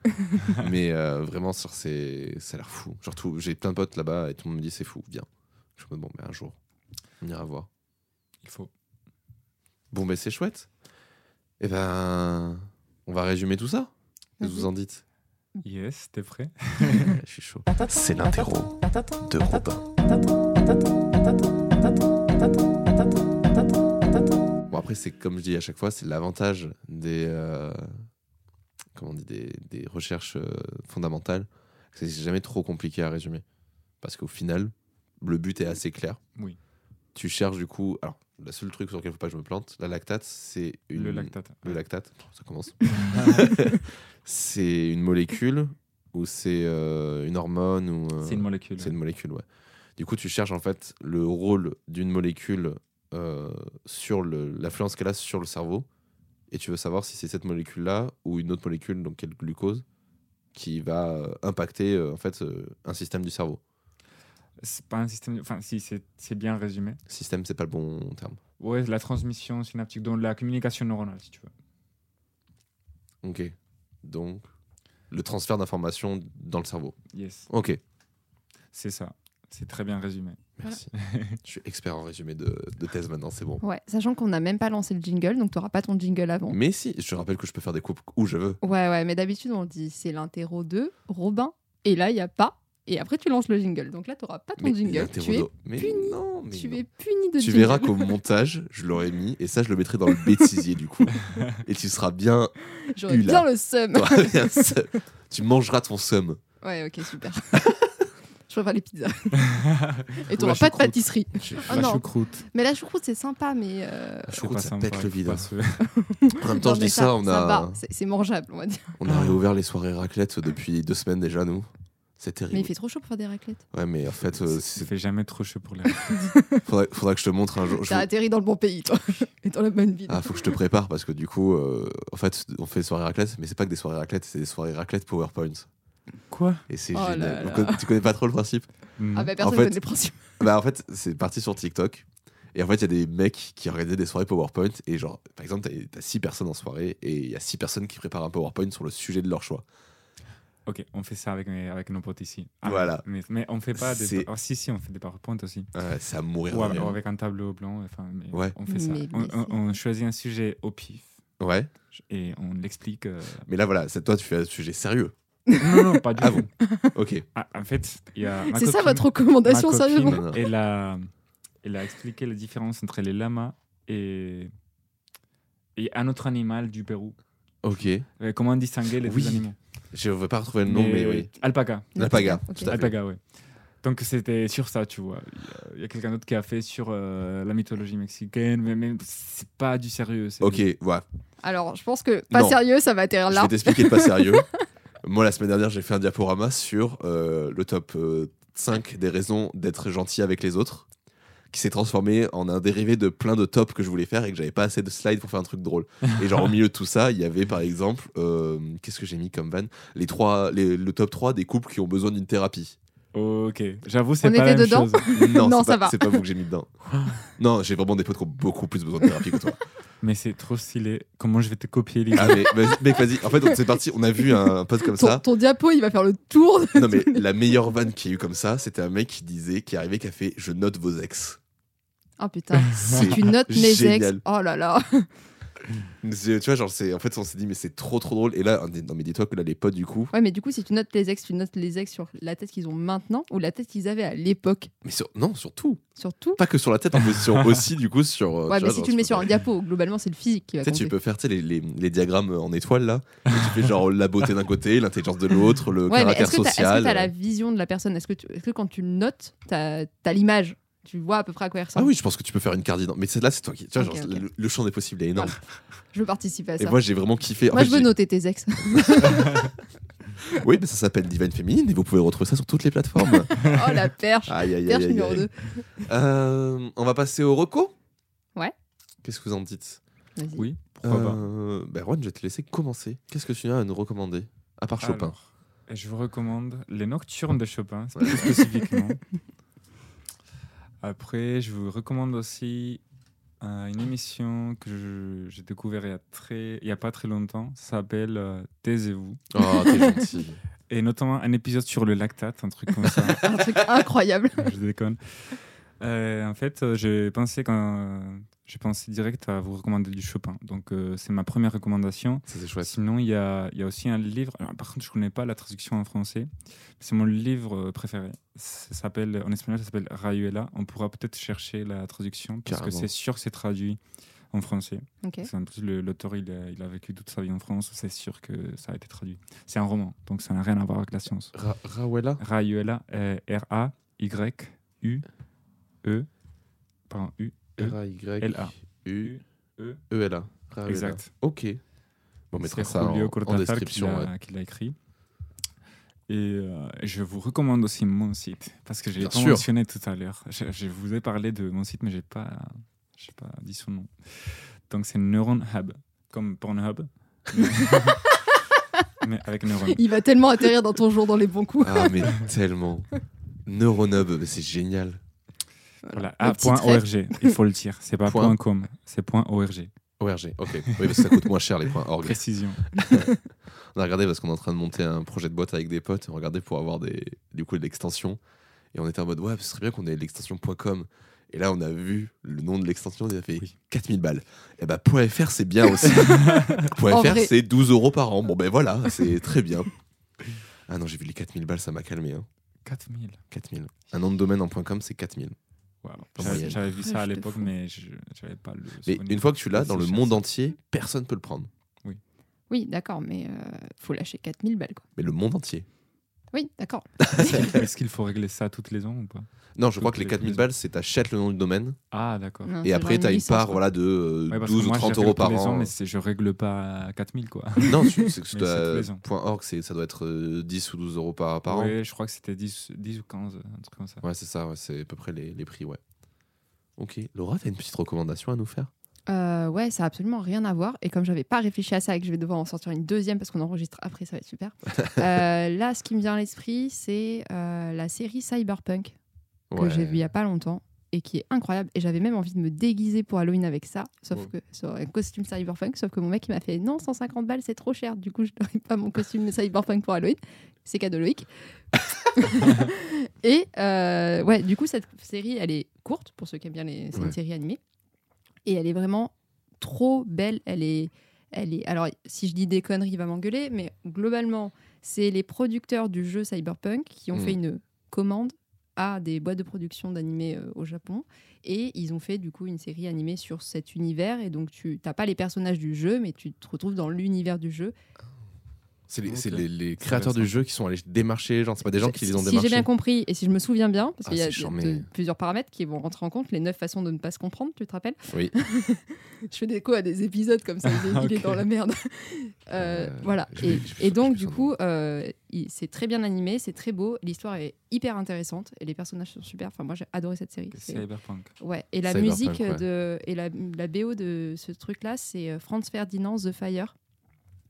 Speaker 1: Mais euh, vraiment, sur ces... ça a l'air fou. Genre, tout- j'ai plein de potes là-bas et tout le monde me dit c'est fou, viens. Je me dis bon, mais un jour, on ira voir.
Speaker 3: Il faut.
Speaker 1: Bon, mais c'est chouette. Et ben, on va résumer tout ça. Qu'est-ce que vous en dites
Speaker 3: Yes, t'es prêt
Speaker 1: Ouais, Je suis chaud. C'est l'interro de Robin. Bon, après, c'est comme je dis à chaque fois, c'est l'avantage des, euh, comment on dit, des, des recherches euh, fondamentales. C'est c'est jamais trop compliqué à résumer. Parce qu'au final, le but est assez clair.
Speaker 3: Oui.
Speaker 1: Tu cherches du coup. Alors, le seul truc sur lequel il faut pas que je me plante, la lactate, c'est une.
Speaker 3: Le lactate.
Speaker 1: Le
Speaker 3: <laughs>
Speaker 1: lactate, ça commence. c'est une molécule ou c'est euh, une hormone ou euh,
Speaker 3: C'est une molécule.
Speaker 1: c'est une molécule, ouais. Du coup, tu cherches en fait le rôle d'une molécule euh, sur le- l'influence qu'elle a sur le cerveau, et tu veux savoir si c'est cette molécule-là ou une autre molécule, donc quelle glucose, qui va euh, impacter euh, en fait euh, un système du cerveau.
Speaker 3: C'est pas un système. Enfin, si, c'est c'est bien résumé.
Speaker 1: Système, c'est pas le bon terme.
Speaker 3: Ouais, la transmission synaptique, donc la communication neuronale, si tu veux.
Speaker 1: Ok. Donc, le transfert d'informations dans le cerveau.
Speaker 3: Yes,
Speaker 1: Ok.
Speaker 3: c'est ça. C'est très bien résumé.
Speaker 1: Merci. Je suis expert en résumé de, de thèse maintenant, c'est bon.
Speaker 2: Ouais, sachant qu'on n'a même pas lancé le jingle, donc tu n'auras pas ton jingle avant.
Speaker 1: Mais si, je te rappelle que je peux faire des coupes où je veux.
Speaker 2: Ouais, ouais, mais d'habitude on dit c'est l'interro de Robin, et là il n'y a pas, et après tu lances le jingle. Donc là tu n'auras pas ton
Speaker 1: Mais
Speaker 2: jingle, tu es,
Speaker 1: l'interrodo- mais
Speaker 2: puni.
Speaker 1: non, mais
Speaker 2: tu
Speaker 1: non.
Speaker 2: es puni de
Speaker 1: Tu
Speaker 2: jingle.
Speaker 1: verras qu'au montage, je l'aurais mis et ça, je le mettrai dans le bêtisier du
Speaker 3: <laughs>
Speaker 1: coup. Et tu seras bien.
Speaker 2: J'aurais
Speaker 1: eu, là.
Speaker 2: bien le seum.
Speaker 1: t'auras <laughs> bien seum. tu mangeras ton seum.
Speaker 2: Ouais, ok,
Speaker 1: <laughs>
Speaker 2: super. Je préfère les pizzas. Et
Speaker 3: la
Speaker 2: t'auras pas de
Speaker 3: choucroute.
Speaker 2: pâtisserie. Ah
Speaker 3: la
Speaker 2: non.
Speaker 3: choucroute.
Speaker 2: Mais la choucroute, c'est sympa, mais. euh,
Speaker 1: Je
Speaker 3: c'est
Speaker 1: trouve
Speaker 3: pas
Speaker 1: que ça
Speaker 3: sympa,
Speaker 1: pète
Speaker 3: faut
Speaker 1: le vide.
Speaker 3: pas se-
Speaker 1: En même temps,
Speaker 2: non,
Speaker 1: je
Speaker 2: mais
Speaker 1: dis ça, on,
Speaker 2: ça
Speaker 1: a,
Speaker 2: va, c'est- C'est mangeable, on va dire.
Speaker 1: on a réouvert les soirées raclette depuis deux semaines déjà, nous. C'est
Speaker 2: Mais
Speaker 1: terrible.
Speaker 2: il fait trop chaud pour faire des raclettes.
Speaker 1: Ouais, mais en fait, euh,
Speaker 3: <laughs> Ça
Speaker 1: c'est-
Speaker 3: fait jamais trop chaud pour les.
Speaker 1: faudrait, faudra que je te montre un jour. Je
Speaker 2: T'as
Speaker 1: vous-
Speaker 2: atterri dans le bon pays, toi. <laughs> Et dans la bonne ville.
Speaker 1: Ah, faut que je te prépare parce que du coup, euh, en fait, on fait des soirées raclette, mais c'est pas que des soirées raclette, c'est des soirées raclette PowerPoint.
Speaker 3: Quoi
Speaker 1: Et c'est
Speaker 2: Oh là là.
Speaker 1: génial. Vous conna- tu connais pas trop le principe
Speaker 3: Mm.
Speaker 2: Ah bah
Speaker 1: En
Speaker 2: personne
Speaker 1: fait-
Speaker 2: ne connaît le principe.
Speaker 1: Bah en fait, c'est parti sur TikTok. Et en fait, il y a des mecs qui organisaient des soirées PowerPoint. Et genre, par exemple, t'as- t'as 6 personnes en soirée et il y a 6 personnes qui préparent un PowerPoint sur le sujet de leur choix.
Speaker 3: Ok, on fait ça avec, mes- avec nos potes ici. Ah,
Speaker 1: Voilà.
Speaker 3: Mais, mais on fait pas des.
Speaker 1: C'est-
Speaker 3: Ah, si, si, on fait des PowerPoint aussi.
Speaker 1: Euh, c'est à mourir.
Speaker 3: Ou
Speaker 1: de
Speaker 3: avec,
Speaker 1: rire.
Speaker 3: ou avec un tableau blanc. Enfin, mais
Speaker 1: Ouais.
Speaker 3: On fait ça.
Speaker 2: Mais-
Speaker 3: on,
Speaker 2: mais
Speaker 3: on-
Speaker 2: c'est-
Speaker 3: on choisit un sujet au pif
Speaker 1: ouais.
Speaker 3: et on l'explique. euh,
Speaker 1: Mais là, voilà, c'est- toi, tu fais un sujet <laughs> sérieux.
Speaker 3: Non, non, pas du
Speaker 1: Ah
Speaker 3: tout.
Speaker 1: Ok.
Speaker 3: Ah, en fait, il y a. ma
Speaker 2: C'est ça
Speaker 3: copine-
Speaker 2: votre
Speaker 3: ma
Speaker 2: recommandation,
Speaker 3: copine,
Speaker 2: sérieusement
Speaker 1: Non, non.
Speaker 3: elle, a, elle a expliqué la différence entre les lamas et, et un autre animal du Pérou.
Speaker 1: Ok.
Speaker 3: Euh, Comment distinguer les
Speaker 1: Oui.
Speaker 3: deux animaux
Speaker 1: Je veux pas retrouver le nom, mais, oui.
Speaker 3: Alpaca.
Speaker 1: L'alpaga.
Speaker 2: Ok.
Speaker 1: tout à fait.
Speaker 3: Alpaga, ouais. Donc c'était sur ça, tu vois. Il y a- Il y a, quelqu'un d'autre qui a fait sur euh, la mythologie mexicaine, mais, mais c'est pas du sérieux. c'est-
Speaker 1: Ok, voilà.
Speaker 2: Alors, je pense que pas
Speaker 1: Non.
Speaker 2: sérieux, ça va atterrir
Speaker 1: Je vais
Speaker 2: là.
Speaker 1: t'expliquer
Speaker 2: <laughs>
Speaker 1: de pas sérieux. Moi, la semaine dernière, j'ai fait un diaporama sur euh, le top euh, 5 des raisons d'être gentil avec les autres, qui s'est transformé en un dérivé de plein de tops que je voulais faire et que j'avais pas assez de slides pour faire un truc drôle. Et genre, au milieu de tout ça, il y avait par exemple, euh, qu'est-ce que j'ai mis comme van les trois, les- Le top 3 des couples qui ont besoin d'une thérapie.
Speaker 3: Ok. J'avoue, c'est
Speaker 2: On
Speaker 3: pas la
Speaker 2: était
Speaker 3: même
Speaker 2: dedans <laughs>
Speaker 3: chose.
Speaker 1: Non,
Speaker 2: Non,
Speaker 1: c'est
Speaker 2: ça
Speaker 1: pas-
Speaker 2: va.
Speaker 1: C'est pas vous que j'ai mis dedans. Non, j'ai vraiment des potes qui ont beaucoup plus besoin de thérapie que toi.
Speaker 3: Mais c'est trop stylé. Comment je vais te copier les
Speaker 1: Ah, mais vas-y, mec, vas-y. En fait, on- c'est parti, on a vu un post comme
Speaker 2: Ton,
Speaker 1: ça.
Speaker 2: ton diapo, il va faire le tour. de- <laughs>
Speaker 1: Non mais la meilleure vanne qu'il y a eu comme ça, c'était un mec qui disait, qui arrivait, qui a fait je note vos ex.
Speaker 2: Ah
Speaker 1: <laughs>
Speaker 2: putain, si
Speaker 1: C'est
Speaker 2: tu notes mes ex,
Speaker 1: génial.
Speaker 2: oh là là.
Speaker 1: C'est- Tu vois, genre c'est, en fait, on s'est dit mais c'est trop trop drôle. Et là, on dit, non mais dis-toi que là les potes du coup,
Speaker 2: Ouais, mais du coup, si tu notes les ex, tu notes les ex sur la tête qu'ils ont maintenant ou la tête qu'ils avaient à l'époque,
Speaker 1: mais sur, non surtout,
Speaker 2: surtout.
Speaker 1: pas que sur la tête, en fait,
Speaker 2: <laughs>
Speaker 1: sur- aussi du coup sur.
Speaker 2: Ouais,
Speaker 1: euh, tu
Speaker 2: mais
Speaker 1: vois,
Speaker 2: si
Speaker 1: genre,
Speaker 2: tu le mets
Speaker 1: peux
Speaker 2: sur un
Speaker 1: faire-
Speaker 2: diapo, globalement, c'est le physique qui va
Speaker 1: Tu sais, tu
Speaker 2: compter.
Speaker 1: peux faire tu sais, les, les, les diagrammes euh, en étoile là. Et tu fais genre la beauté d'un côté, l'intelligence de l'autre,
Speaker 2: <laughs>
Speaker 1: le
Speaker 2: Ouais, mais
Speaker 1: caractère
Speaker 2: est-ce que t'as- est-ce que
Speaker 1: social. euh.
Speaker 2: t'as la vision de la personne Est-ce que, tu- est-ce que quand tu le notes, t'as as, l'image Tu vois à peu près à quoi elle
Speaker 1: Ah
Speaker 2: ressemble
Speaker 1: oui, je pense que tu peux faire une carte d'identité. Mais celle-là, c'est toi qui. Tu vois,
Speaker 2: Ok,
Speaker 1: genre,
Speaker 2: ok.
Speaker 1: Le, le champ des possibles est énorme.
Speaker 2: Je veux participer à
Speaker 1: Et
Speaker 2: ça.
Speaker 1: moi, j'ai vraiment kiffé. En
Speaker 2: Moi,
Speaker 1: fait,
Speaker 2: je veux
Speaker 1: j'ai-
Speaker 2: noter tes
Speaker 1: <laughs>
Speaker 2: ex.
Speaker 1: Oui, mais ça s'appelle Divine Féminine et vous pouvez le retrouver ça sur toutes les plateformes.
Speaker 2: oh la perche
Speaker 1: Aïe, aïe,
Speaker 2: Perche
Speaker 1: aïe, aïe,
Speaker 2: numéro
Speaker 1: aïe.
Speaker 2: 2.
Speaker 1: Euh, on va passer au reco.
Speaker 2: Ouais.
Speaker 1: Qu'est-ce que vous en dites
Speaker 2: Vas-y.
Speaker 3: Oui, pourquoi pas
Speaker 1: Euh, ben, Juan, je vais te laisser commencer. Qu'est-ce que tu as à nous recommander À part Chopin.
Speaker 3: Alors, je vous recommande les Nocturnes de Chopin,
Speaker 1: Ouais. <laughs>
Speaker 3: spécifiquement. Après, je vous recommande aussi euh, une émission que je- j'ai découverte il y a très, il y a pas très longtemps. Ça s'appelle euh, Taisez-vous.
Speaker 1: Oh, t'es
Speaker 3: <laughs>
Speaker 1: gentil.
Speaker 3: Et notamment un épisode sur le lactate, un truc comme ça.
Speaker 2: Un truc
Speaker 1: <laughs>
Speaker 2: incroyable.
Speaker 3: je déconne. Euh, en fait, euh, j'ai pensé quand j'ai pensé direct à vous recommander du Chopin. Donc, euh, c'est ma première recommandation.
Speaker 1: Ça, c'est chouette.
Speaker 3: Sinon, il y a, il y a aussi un livre. alors, par contre, je ne connais pas la traduction en français. C'est mon livre euh, préféré. Ça s'appelle, en espagnol, ça s'appelle Rayuela. On pourra peut-être chercher la traduction parce que
Speaker 1: Carrément.
Speaker 3: c'est sûr que c'est traduit en français.
Speaker 2: Ok.
Speaker 3: C'est en plus, le- l'auteur, il, a- il a vécu toute sa vie en France. C'est sûr que ça a été traduit. C'est un roman, donc ça n'a rien à voir avec la science.
Speaker 1: Ra- Rawella
Speaker 3: Rayuela, euh, R-A-Y-U-E. E, Pardon, U-E-L-A.
Speaker 1: R-A-Y-L-A.
Speaker 3: E.
Speaker 1: U-E-L-A. Rawella.
Speaker 3: Exact.
Speaker 1: Ok. Bon, Ah on
Speaker 3: C'est
Speaker 1: mettra ça en,
Speaker 3: Julio
Speaker 1: en
Speaker 3: Cortázar
Speaker 1: description.
Speaker 3: qui l'a,
Speaker 1: ouais.
Speaker 3: qui l'a écrit. Et euh, je vous recommande aussi mon site, parce que je l'ai
Speaker 1: Bien
Speaker 3: pas
Speaker 1: sûr.
Speaker 3: mentionné tout à l'heure. Je, je vous ai parlé de mon site, mais j'ai pas, j'ai pas dit son nom. Donc c'est Neuron Hub, comme Pornhub, mais, <laughs> mais avec
Speaker 2: <laughs>
Speaker 3: Neuron.
Speaker 2: Il va tellement atterrir dans ton jour dans les bons coups.
Speaker 1: Ah,
Speaker 3: <laughs>
Speaker 1: mais tellement. Neuronub, mais c'est génial.
Speaker 3: Voilà.
Speaker 2: Le
Speaker 3: Ah,
Speaker 2: petit
Speaker 3: point
Speaker 2: trait.
Speaker 3: .org, il faut le dire. C'est pas
Speaker 1: Point.
Speaker 3: point .com, c'est point .org.
Speaker 1: ORG, ok. Oui, parce que ça coûte moins cher les points
Speaker 3: <laughs>
Speaker 1: org.
Speaker 3: Précision.
Speaker 1: On a regardé parce qu'on est en train de monter un projet de boîte avec des potes. On regardait pour avoir des, du coup de l'extension. Et on était en mode, ouais, ce serait bien qu'on ait l'extension.com. Et là, on a vu le nom de l'extension, il a fait
Speaker 3: Oui.
Speaker 1: 4000 balles. Et bah, .fr, c'est bien
Speaker 3: <laughs>
Speaker 1: aussi.
Speaker 2: En
Speaker 1: .fr,
Speaker 2: vrai.
Speaker 1: c'est 12 euros par an. Bon, ben voilà, c'est très bien. Ah non, j'ai vu les 4000 balles, ça m'a calmé. Hein.
Speaker 3: 4000.
Speaker 1: 4000. Un nom de domaine en .com, c'est 4000.
Speaker 3: Wow.
Speaker 1: En
Speaker 3: J'avais,
Speaker 1: moyenne.
Speaker 3: j'avais vu ça à
Speaker 2: Rush de
Speaker 3: l'époque,
Speaker 2: fou.
Speaker 3: mais je n'avais pas le
Speaker 1: Mais
Speaker 3: souvenir.
Speaker 1: une fois que tu l'as, dans
Speaker 3: C'est
Speaker 1: le
Speaker 3: cher, <laughs>
Speaker 1: monde
Speaker 3: ça.
Speaker 1: entier, personne peut le prendre.
Speaker 2: Oui, d'accord, mais euh, faut lâcher 4000 balles. Quoi.
Speaker 1: Mais le monde entier.
Speaker 2: Oui, d'accord.
Speaker 3: Est-ce qu'il faut régler ça toutes les ans ou pas
Speaker 1: Non, je crois que les
Speaker 3: Toutes les
Speaker 1: 4000
Speaker 3: raisons.
Speaker 1: balles, c'est t'achètes le nom du domaine.
Speaker 3: Ah, d'accord.
Speaker 2: Non,
Speaker 1: Et
Speaker 2: Hein, c'est
Speaker 1: après,
Speaker 2: genre
Speaker 1: t'as une
Speaker 2: licence,
Speaker 1: part
Speaker 2: quoi.
Speaker 1: voilà, de euh,
Speaker 3: Ouais, parce que
Speaker 1: 12 Mmh, ou
Speaker 3: moi, je
Speaker 1: 30
Speaker 3: règle
Speaker 1: euros
Speaker 3: tous
Speaker 1: par
Speaker 3: les
Speaker 1: an.
Speaker 3: ans, mais c'est- je règle pas 4000 quoi. <laughs>
Speaker 1: Non, tu- c'est que tu
Speaker 3: Mais c'est
Speaker 1: dois-
Speaker 3: tous les ans.
Speaker 1: point .org, c'est- ça doit être euh, 10 ou 12 euros par, par
Speaker 3: ouais, je crois que c'était 10, 10 ou 15, un truc comme ça.
Speaker 1: an. Ouais, c'est ça, ouais, c'est à peu près les, les prix, ouais. Ok. Laura, t'as une petite recommandation à nous faire
Speaker 2: Euh, ouais, ça a absolument rien à voir. Et comme j'avais pas réfléchi à ça et que je vais devoir en sortir une deuxième parce qu'on enregistre après, ça va être
Speaker 1: <laughs>
Speaker 2: super. Euh, là, ce qui me vient à l'esprit, c'est euh, la série Cyberpunk que
Speaker 1: Ouais.
Speaker 2: j'ai vue il y a pas longtemps et qui est incroyable. Et j'avais même envie de me déguiser pour Halloween avec ça, sauf que sur un costume cyberpunk. Sauf que mon mec il m'a fait non, 150 balles, c'est trop cher. Du coup, je n'aurai pas mon costume de cyberpunk pour Halloween. C'est cadeau
Speaker 1: <laughs>
Speaker 2: Loïc. et euh, ouais, du coup, cette série, elle est courte pour ceux qui aiment bien les c'est une
Speaker 1: Ouais.
Speaker 2: séries animées. Et elle est vraiment trop belle. Elle est, elle est. Alors, si je dis des conneries, il va m'engueuler, mais globalement, c'est les producteurs du jeu Cyberpunk qui ont
Speaker 1: Mhm.
Speaker 2: fait une commande à des boîtes de production d'animés euh, au Japon et ils ont fait du coup une série animée sur cet univers et donc tu t'as pas les personnages du jeu mais tu te retrouves dans l'univers du jeu.
Speaker 1: C'est les,
Speaker 3: Ok.
Speaker 1: c'est les- les créateurs
Speaker 3: intéressant.
Speaker 1: du jeu qui sont allés démarcher les gens. C'est pas des gens qui les ont
Speaker 2: si j'ai
Speaker 1: démarchés.
Speaker 2: bien compris et si je me souviens bien parce
Speaker 1: Ah,
Speaker 2: qu'il y a,
Speaker 1: c'est
Speaker 2: il y a
Speaker 1: charmé.
Speaker 2: de- plusieurs paramètres qui vont rentrer en compte les neuf façons de ne pas se comprendre tu te rappelles
Speaker 1: Oui.
Speaker 2: <laughs> Je fais des coups à des épisodes comme ça il est- il est
Speaker 3: Ok.
Speaker 2: dans la merde.
Speaker 1: Euh,
Speaker 2: <laughs> Euh, voilà.
Speaker 1: je
Speaker 2: Et,
Speaker 1: vais- je vais-
Speaker 2: et donc,
Speaker 1: je vais
Speaker 2: du coup, euh, il- c'est très bien animé, c'est très beau, l'histoire est hyper intéressante et les personnages sont super. Enfin, moi, j'ai adoré cette série. C'est-
Speaker 3: Cyberpunk.
Speaker 2: Ouais, et la
Speaker 1: Cyberpunk,
Speaker 2: musique
Speaker 1: ouais.
Speaker 2: de et la, la BO de ce truc là, c'est euh, Franz Ferdinand The Fire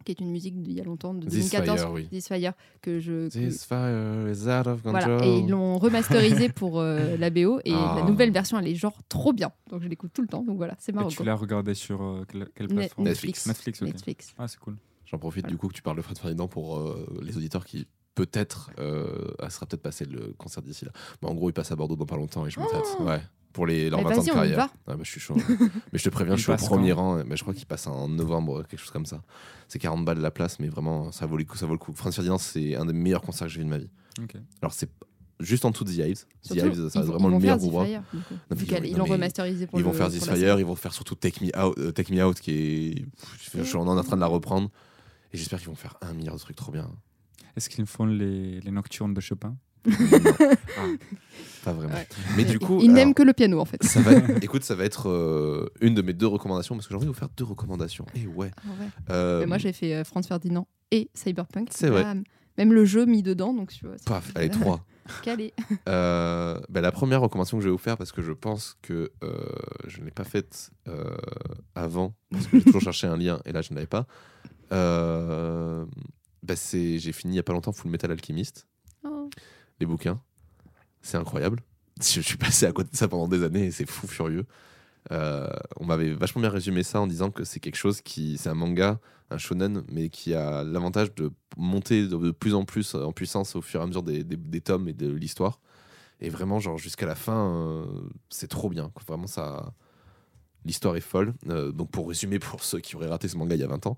Speaker 2: qui est une musique d'il y a longtemps de
Speaker 1: This
Speaker 2: 2014
Speaker 1: Fire, oui.
Speaker 2: This Fire que je que-
Speaker 1: This fire is out of control.
Speaker 2: voilà, et ils l'ont remasterisé pour
Speaker 1: <laughs>
Speaker 2: euh, la BO et
Speaker 1: Ah.
Speaker 2: la nouvelle version elle est genre trop bien. Donc je l'écoute tout le temps. Donc voilà, c'est
Speaker 3: Et
Speaker 2: marrant.
Speaker 3: tu
Speaker 2: quoi.
Speaker 3: l'as regardé sur euh, quelle, quelle
Speaker 2: Net-
Speaker 3: plateforme
Speaker 1: Netflix.
Speaker 3: Netflix, ok.
Speaker 2: Netflix.
Speaker 3: Ah, c'est cool.
Speaker 1: J'en profite du coup que tu parles de Fred Ferdinand pour euh, les auditeurs qui peut-être euh, ah, sera peut-être passé le concert d'ici là. Mais en gros, il passe à Bordeaux dans pas longtemps et je me tâte. Ouais. Pour les leurs
Speaker 2: Ah. Mais
Speaker 1: 20 ans de
Speaker 2: vas-y, on y
Speaker 1: carrière.
Speaker 2: va.
Speaker 1: Ouais, bah, je suis chaud. <laughs> mais je te préviens,
Speaker 3: Il
Speaker 1: je suis au
Speaker 3: passe
Speaker 1: premier rang. Mais je crois qu'il passe en novembre, quelque chose comme ça. C'est 40 balles la place, mais vraiment, ça vaut le coup. Ça vaut le coup. Franz Ferdinand, c'est un des meilleurs concerts que j'ai vu de ma vie.
Speaker 3: Ok.
Speaker 1: Alors c'est juste en dessous de The Hives. The
Speaker 2: Surtout,
Speaker 1: Hives, ça
Speaker 2: ils-
Speaker 1: reste
Speaker 2: ils
Speaker 1: vraiment le
Speaker 2: vont faire
Speaker 1: meilleur
Speaker 2: This
Speaker 1: bourreau.
Speaker 2: Fire, du coup.
Speaker 1: mais
Speaker 2: Vu
Speaker 1: ils
Speaker 2: qu'elle-
Speaker 1: vont-
Speaker 2: ils
Speaker 1: non,
Speaker 2: l'ont
Speaker 1: mais
Speaker 2: remasterisé pour
Speaker 1: Ils vont
Speaker 2: le-
Speaker 1: faire
Speaker 2: pour
Speaker 1: This
Speaker 2: la
Speaker 1: Fire, ils vont faire surtout Take Me Out, euh, Take Me Out qui est. Je, je- on en est en train de la reprendre. Et j'espère qu'ils vont faire un milliard de trucs trop bien.
Speaker 3: Est-ce qu'ils font les, les nocturnes
Speaker 2: <laughs>
Speaker 3: de Chopin
Speaker 1: Ah, Pas vraiment.
Speaker 2: Ouais.
Speaker 1: Mais du coup.
Speaker 2: il
Speaker 1: alors,
Speaker 2: n'aime que le piano en fait.
Speaker 1: ça va, écoute, ça va être euh, une de mes deux recommandations parce que j'ai envie de vous faire deux recommandations. Et ouais.
Speaker 2: Ah ouais.
Speaker 1: Euh,
Speaker 2: Mais moi, j'ai fait euh, Franz Ferdinand et Cyberpunk.
Speaker 1: C'est vrai.
Speaker 2: Ah, Même le jeu mis dedans, donc tu vois. c'est-
Speaker 1: Paf,
Speaker 2: <laughs>
Speaker 1: allez, trois. <laughs>
Speaker 2: Calé.
Speaker 1: Euh, bah, la première recommandation que je vais vous faire, parce que je pense que euh, je ne l'ai pas faite euh, avant, parce que
Speaker 2: <laughs>
Speaker 1: j'ai toujours cherché un lien et là je ne l'avais pas, euh, bah, c'est- j'ai fini il n'y a pas longtemps Full Metal Alchemist,
Speaker 2: Oh.
Speaker 1: les bouquins. C'est incroyable. <laughs> Je, je suis passé à côté de ça pendant des années et c'est fou furieux. Euh, on m'avait vachement bien résumé ça en disant que c'est quelque chose qui. C'est un manga, un shonen, mais qui a l'avantage de monter de, de plus en plus en puissance au fur et à mesure des, des- des tomes et de l'histoire. Et vraiment, genre, jusqu'à la fin, euh, c'est trop bien. quoi. Vraiment, ça. L'histoire est folle. Euh, donc, pour résumer, pour ceux qui auraient raté ce manga il y a 20 ans,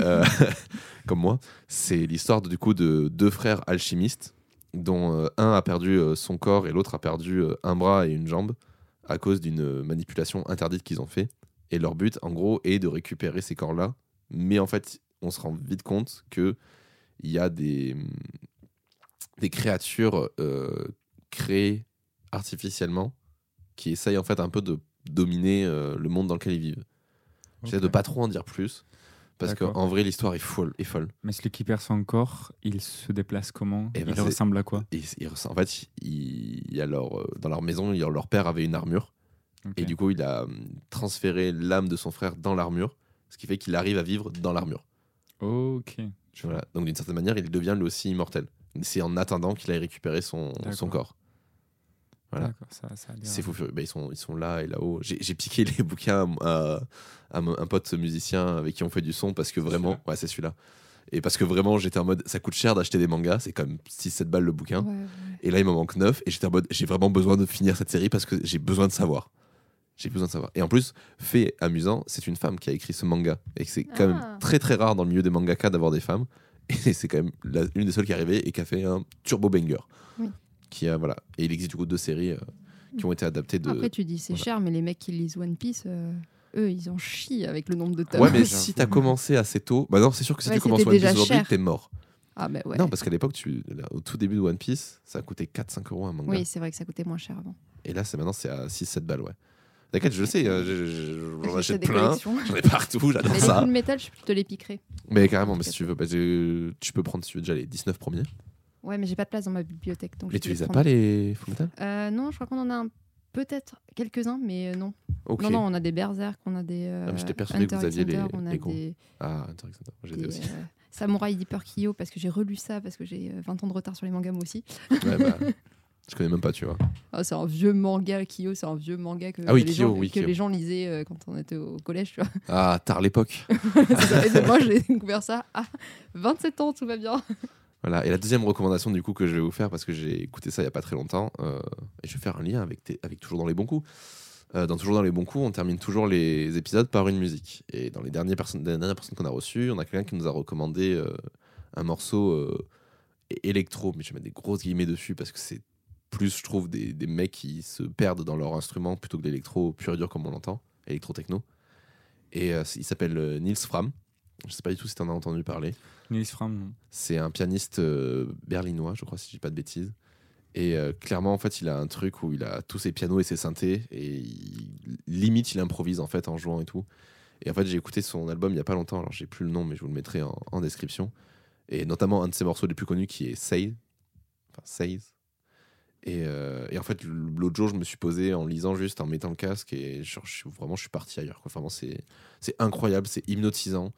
Speaker 1: euh, <laughs> comme moi, c'est l'histoire de- du coup de deux frères alchimistes, dont euh, un a perdu euh, son corps et l'autre a perdu euh, un bras et une jambe à cause d'une euh, manipulation interdite qu'ils ont fait. Et leur but, en gros, est de récupérer ces corps-là. Mais en fait, on se rend vite compte que il y a des, mm, des créatures euh, créées artificiellement qui essayent en fait un peu de dominer euh, le monde dans lequel ils vivent. J'essaie de
Speaker 3: Ok.
Speaker 1: pas trop en dire plus parce
Speaker 3: D'accord.
Speaker 1: qu'en vrai l'histoire est folle, est folle.
Speaker 3: Mais celui qui perd son corps, il se déplace comment
Speaker 1: Eh ben,
Speaker 3: Il
Speaker 1: c'est-
Speaker 3: ressemble à quoi
Speaker 1: Et ils- ils ressent- en fait, il, il y a leur, euh, dans leur maison, il y a- leur père avait une armure
Speaker 3: Ok.
Speaker 1: et du coup il a hum, transféré l'âme de son frère dans l'armure, ce qui fait qu'il arrive à vivre dans l'armure.
Speaker 3: Ok.
Speaker 1: Voilà. Donc d'une certaine manière, il devient lui aussi immortel. C'est en attendant qu'il aille récupérer son, son
Speaker 3: D'accord.
Speaker 1: corps. Voilà.
Speaker 3: D'accord, ça, ça a l'air-
Speaker 1: C'est fou, furieux. Bah, ils, sont, ils sont là et là-haut. J'ai j'ai piqué <laughs> les bouquins à, à- à mon- un pote musicien avec qui on fait du son parce que vraiment, ouais, c'est celui-là. Et parce que vraiment, j'étais en mode, ça coûte cher d'acheter des mangas, c'est quand même 6-7 balles le bouquin.
Speaker 2: Ouais, ouais.
Speaker 1: Et là, il m'en manque 9 et j'étais en mode, j'ai vraiment besoin de finir cette série parce que j'ai besoin de savoir. J'ai besoin de savoir. Et en plus, fait amusant, c'est une femme qui a écrit ce manga et que c'est quand
Speaker 2: Ah.
Speaker 1: même très très rare dans le milieu des mangaka d'avoir des femmes. <laughs> Et c'est quand même la- l'une des seules qui est arrivée et qui a fait un turbo banger.
Speaker 2: Oui.
Speaker 1: Qui a, voilà. Et il existe du coup deux séries euh, qui ont été adaptées de,
Speaker 2: Après, tu dis c'est
Speaker 1: voilà.
Speaker 2: cher, mais les mecs qui lisent One Piece, euh, eux, ils en chient avec le nombre de tomes. <laughs>
Speaker 1: Ouais, mais
Speaker 3: J'avoue,
Speaker 1: si t'as
Speaker 3: mais-
Speaker 1: commencé assez tôt, bah non, c'est sûr que si
Speaker 2: Ouais,
Speaker 1: tu commences
Speaker 2: c'était
Speaker 1: One Piece
Speaker 2: déjà
Speaker 1: aujourd'hui,
Speaker 2: cher.
Speaker 1: t'es mort.
Speaker 2: Ah, bah ouais.
Speaker 1: Non, parce qu'à l'époque, tu, là, au tout début de One Piece, ça coûtait 4-5 euros un manga.
Speaker 2: Oui, c'est vrai que ça coûtait moins cher avant.
Speaker 1: Et là, c'est maintenant, c'est à 6-7 balles, ouais. T'inquiète, je le sais, euh, je- je- je- j'en
Speaker 2: J'ai
Speaker 1: achète
Speaker 2: des
Speaker 1: plein, <laughs>
Speaker 2: collections.
Speaker 1: j'en
Speaker 2: <laughs>
Speaker 1: ai partout,
Speaker 2: Mais
Speaker 1: j'adore
Speaker 2: les
Speaker 1: ça.
Speaker 2: Full Metal, je te les piquerai.
Speaker 1: Mais carrément, mais si tu veux, bah, je- tu peux prendre si tu veux déjà les 19 premiers.
Speaker 2: Ouais, mais j'ai pas de place dans ma bibliothèque. Donc
Speaker 1: Mais
Speaker 2: je
Speaker 1: tu
Speaker 2: vais
Speaker 1: les as
Speaker 2: prendre.
Speaker 1: pas, les Fullmetal
Speaker 2: Euh, Non, je crois qu'on en a un- peut-être quelques-uns, mais euh, non.
Speaker 1: Ok.
Speaker 2: Non, non, on a des berserk, on a des. euh,
Speaker 1: Ah, mais j'étais persuadé que vous
Speaker 2: Hunter x
Speaker 1: aviez les-
Speaker 2: Hunter, on a
Speaker 1: les gros.
Speaker 2: des,
Speaker 1: Ah, intéressant. J'ai
Speaker 2: des,
Speaker 1: des aussi.
Speaker 2: euh, Samurai d'Hyper Kyo, parce que j'ai relu ça, parce que j'ai euh, 20 ans de retard sur les mangas moi aussi.
Speaker 1: Ouais, bah, je connais même pas,
Speaker 2: <laughs>
Speaker 1: tu vois.
Speaker 2: Ah, c'est un vieux manga, Kyo, c'est un vieux manga que,
Speaker 1: Ah oui,
Speaker 2: que les,
Speaker 1: Kyo,
Speaker 2: gens,
Speaker 1: oui,
Speaker 2: que
Speaker 1: Kyo.
Speaker 2: les gens lisaient euh, quand on était au collège, tu vois. <laughs>
Speaker 1: Ah, tard l'époque.
Speaker 2: C'est ça. Et donc, moi, j'ai découvert ça à 27 ans, tout va bien.
Speaker 1: Voilà. Et la deuxième recommandation du coup que je vais vous faire parce que j'ai écouté ça il y a pas très longtemps euh, et je vais faire un lien avec, tes- avec toujours dans les bons coups. Euh, dans toujours dans les bons coups, on termine toujours les épisodes par une musique. Et dans les dernières personnes, les dernières personnes qu'on a reçues, on a quelqu'un qui nous a recommandé euh, un morceau euh, é- électro, mais je vais mettre des grosses guillemets dessus parce que c'est plus je trouve des, des mecs qui se perdent dans leur instrument plutôt que l'électro pur et dur comme on l'entend, électro techno. Et euh, il s'appelle euh, Nils Fram. Je sais pas du tout si tu en as entendu parler.
Speaker 3: Nils Fram, non.
Speaker 1: C'est un pianiste euh, berlinois, je crois, si je dis pas de bêtises. Et euh, clairement, en fait, il a un truc où il a tous ses pianos et ses synthés, et il- limite, il improvise en fait en jouant et tout. Et en fait, j'ai écouté son album il y a pas longtemps, alors j'ai plus le nom, mais je vous le mettrai en, en description. Et notamment un de ses morceaux les plus connus qui est Say. Enfin, Says. Et, euh, et en fait, l- l'autre jour, je me suis posé en lisant juste, en mettant le casque, et genre, je suis- vraiment, je suis parti ailleurs. Quoi. Vraiment, c'est c'est incroyable, c'est hypnotisant.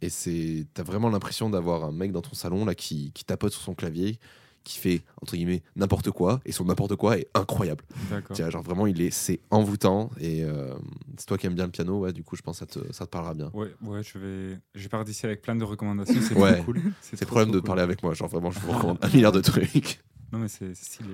Speaker 1: Et c'est, t'as vraiment l'impression d'avoir un mec dans ton salon là qui, qui tapote sur son clavier, qui fait entre guillemets n'importe quoi, et son n'importe quoi est incroyable.
Speaker 3: D'accord.
Speaker 1: Tiens, genre vraiment, il est, c'est envoûtant. Et euh, c'est toi qui aimes bien le piano, ouais. Du coup, je pense que ça te, ça te parlera bien.
Speaker 3: Ouais, ouais, je vais. Je pars d'ici avec plein de recommandations.
Speaker 1: <laughs>
Speaker 3: C'est
Speaker 1: Ouais.
Speaker 3: trop cool.
Speaker 1: C'est le
Speaker 3: trop,
Speaker 1: problème
Speaker 3: trop
Speaker 1: de
Speaker 3: cool.
Speaker 1: parler avec moi. Genre vraiment, je vous recommande un milliard de trucs. <laughs>
Speaker 3: Non, mais c'est c'est stylé.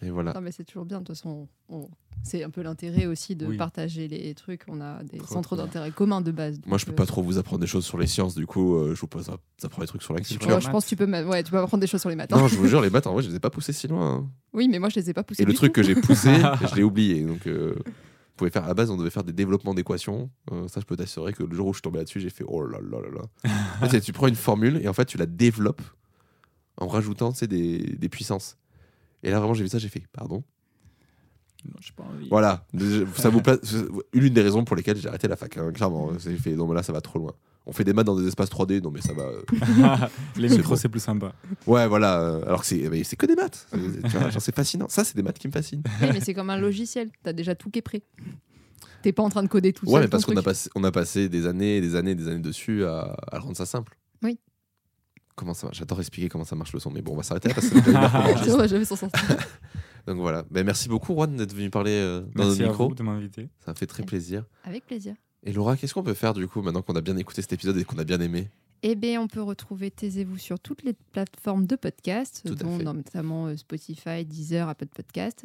Speaker 1: Et voilà.
Speaker 2: Non, mais c'est toujours bien. De toute façon, on- on- c'est un peu l'intérêt aussi de
Speaker 3: Oui.
Speaker 2: partager les trucs. On a des
Speaker 3: Trop
Speaker 2: centres
Speaker 3: bien.
Speaker 2: d'intérêt communs de base.
Speaker 1: Moi,
Speaker 2: donc,
Speaker 1: je peux
Speaker 2: euh,
Speaker 1: pas trop vous apprendre des choses sur les sciences. Du coup, euh, je vous pose, apprends des trucs sur la
Speaker 3: Sur
Speaker 1: culture.
Speaker 2: ouais,
Speaker 3: leur
Speaker 2: je
Speaker 3: maths.
Speaker 2: pense que tu peux, ma- ouais, tu peux apprendre des choses sur les matins.
Speaker 1: Non, je vous jure, les maths, en vrai, je les ai pas poussés si loin. hein.
Speaker 2: Oui, mais moi, je les ai pas poussés.
Speaker 1: Et le
Speaker 2: du
Speaker 1: truc
Speaker 2: tout.
Speaker 1: que j'ai poussé, je l'ai oublié. Donc, euh, vous pouvez faire à la base, on devait faire des développements d'équations. Euh, ça, je peux t'assurer que le jour où je suis tombé là-dessus, j'ai fait oh là là là là. En fait, tu prends une formule et en fait, tu la développes en rajoutant tu sais, des, des puissances. Et là, vraiment, j'ai vu ça, j'ai fait pardon.
Speaker 3: Non, j'ai pas envie.
Speaker 1: Voilà, Je- ça vous place. Une des raisons pour lesquelles j'ai arrêté la fac, hein, clairement. J'ai fait non, mais là, ça va trop loin. On fait des maths dans des espaces 3D, non, mais ça va. euh,
Speaker 3: Les
Speaker 1: C'est
Speaker 3: micros,
Speaker 1: bon.
Speaker 3: c'est plus sympa.
Speaker 1: Ouais, voilà. euh, Alors que c'est mais c'est que des maths. C'est- tu vois, genre, C'est fascinant. Ça, c'est des maths qui me fascinent.
Speaker 2: Oui, Eh, mais c'est comme un logiciel. Tu as déjà tout qui est prêt. T'es pas en train de coder tout
Speaker 1: Ouais,
Speaker 2: seul.
Speaker 1: mais parce
Speaker 2: ton
Speaker 1: qu'on a
Speaker 2: truc.
Speaker 1: passé, on a passé des années, des années, des années dessus à, à rendre ça simple.
Speaker 2: Oui.
Speaker 1: Comment ça marche J'adore expliquer comment ça marche le son, mais bon, on va s'arrêter là parce que c'est déjà une heure
Speaker 3: <laughs>
Speaker 1: qu'on
Speaker 2: <laughs> Tu
Speaker 1: enregistre.
Speaker 2: vois, j'avais
Speaker 1: <laughs>
Speaker 2: son sens.
Speaker 1: Donc voilà. Ben, merci beaucoup, Juan, d'être venu parler euh, dans
Speaker 3: Merci
Speaker 1: notre
Speaker 3: à
Speaker 1: micro.
Speaker 3: vous de m'inviter.
Speaker 1: Ça m'a fait très plaisir.
Speaker 2: Avec plaisir.
Speaker 1: Et Laura, qu'est-ce qu'on peut faire du coup maintenant qu'on a bien écouté cet épisode et qu'on a bien aimé
Speaker 2: Eh bien, on peut retrouver Taisez-vous sur toutes les plateformes de podcast,
Speaker 1: Tout à
Speaker 2: dont
Speaker 1: fait.
Speaker 2: notamment euh, Spotify, Deezer, Apple Podcast.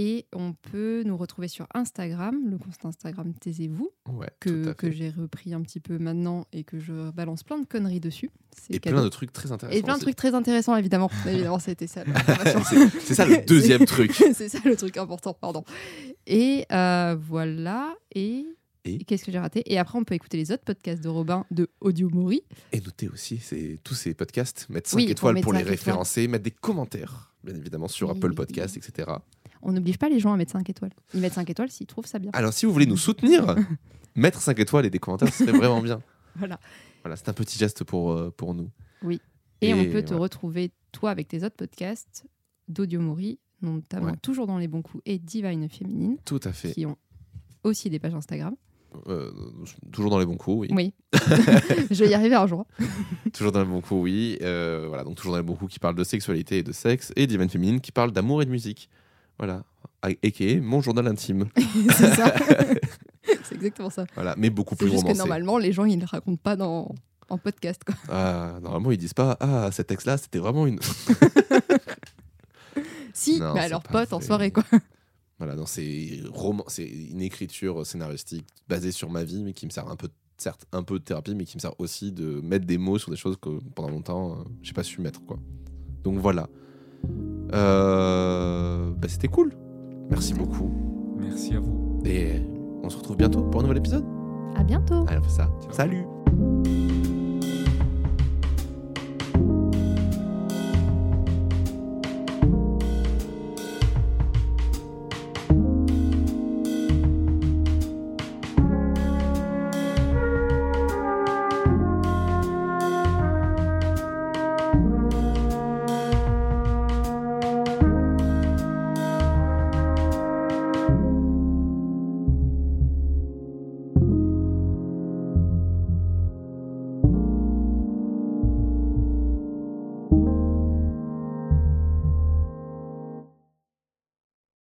Speaker 2: Et on peut nous retrouver sur Instagram, le compte Instagram Taisez-vous,
Speaker 1: Ouais, tout
Speaker 2: que,
Speaker 1: à
Speaker 2: que
Speaker 1: fait.
Speaker 2: j'ai repris un petit peu maintenant et que je balance plein de conneries dessus. C'est
Speaker 1: Et
Speaker 2: cadeau.
Speaker 1: plein de trucs très intéressants.
Speaker 2: Et plein de
Speaker 1: aussi.
Speaker 2: trucs très intéressants,
Speaker 1: <laughs>
Speaker 2: évidemment. évidemment, c'était ça. la formation.
Speaker 1: C'est ça le deuxième truc.
Speaker 2: <laughs> C'est ça le truc important, pardon. Et euh, voilà. Et,
Speaker 1: Et
Speaker 2: qu'est-ce que j'ai raté Et après, on peut écouter les autres podcasts de Robin de Audio Mori.
Speaker 1: Et notez aussi c'est tous ces podcasts, mettre 5
Speaker 2: Oui, faut
Speaker 1: étoiles
Speaker 2: mettre
Speaker 1: pour les
Speaker 2: cinq étoiles.
Speaker 1: référencer, mettre des commentaires, bien évidemment, sur
Speaker 2: Oui,
Speaker 1: Apple
Speaker 2: oui,
Speaker 1: Podcasts, etc.
Speaker 2: On n'oblige pas les gens à mettre 5 étoiles. Ils mettent 5 étoiles s'ils trouvent ça bien.
Speaker 1: Alors, si vous voulez
Speaker 2: <laughs>
Speaker 1: nous soutenir, mettre 5 étoiles et des commentaires, ce serait vraiment bien.
Speaker 2: Voilà.
Speaker 1: Voilà, c'est un petit geste pour, euh, pour nous.
Speaker 2: Oui. Et, on peut te
Speaker 1: voilà.
Speaker 2: retrouver, toi, avec tes autres podcasts d'Audio Mori, notamment
Speaker 1: Ouais.
Speaker 2: Toujours dans les bons coups et Divine Féminine,
Speaker 1: Tout à fait.
Speaker 2: qui ont aussi des pages Instagram.
Speaker 1: Euh, toujours dans les bons coups, oui.
Speaker 2: Oui. <laughs> je vais y arriver un jour. <laughs>
Speaker 1: Toujours dans les bons coups, oui. Euh, voilà, donc toujours dans les bons coups qui parle de sexualité et de sexe, et Divine Féminine qui parle d'amour et de musique. Voilà. A- A.k.a. mon journal intime.
Speaker 2: <laughs> C'est
Speaker 1: <laughs>
Speaker 2: ça. C'est exactement ça.
Speaker 1: Voilà, mais beaucoup
Speaker 2: C'est
Speaker 1: plus
Speaker 2: juste que
Speaker 1: romancé.
Speaker 2: normalement, les gens, ils ne le racontent pas dans, en podcast. Quoi.
Speaker 1: Ah, normalement, ils disent pas Ah, cet texte-là, c'était vraiment une.
Speaker 2: Si,
Speaker 1: Non,
Speaker 2: mais à
Speaker 1: c'est
Speaker 2: leurs
Speaker 1: pas
Speaker 2: potes en
Speaker 1: vrai.
Speaker 2: soirée. Quoi.
Speaker 1: Voilà, non, c'est roman, c'est une écriture scénaristique basée sur ma vie, mais qui me sert un peu, certes, un peu de thérapie, mais qui me sert aussi de mettre des mots sur des choses que pendant longtemps euh, j'ai pas su mettre, quoi. Donc voilà. Euh, bah, c'était cool. Merci beaucoup.
Speaker 3: Merci à vous.
Speaker 1: Et on se retrouve bientôt pour un nouvel épisode.
Speaker 2: À bientôt.
Speaker 1: Allez, on fait ça.
Speaker 3: Ciao.
Speaker 1: Salut.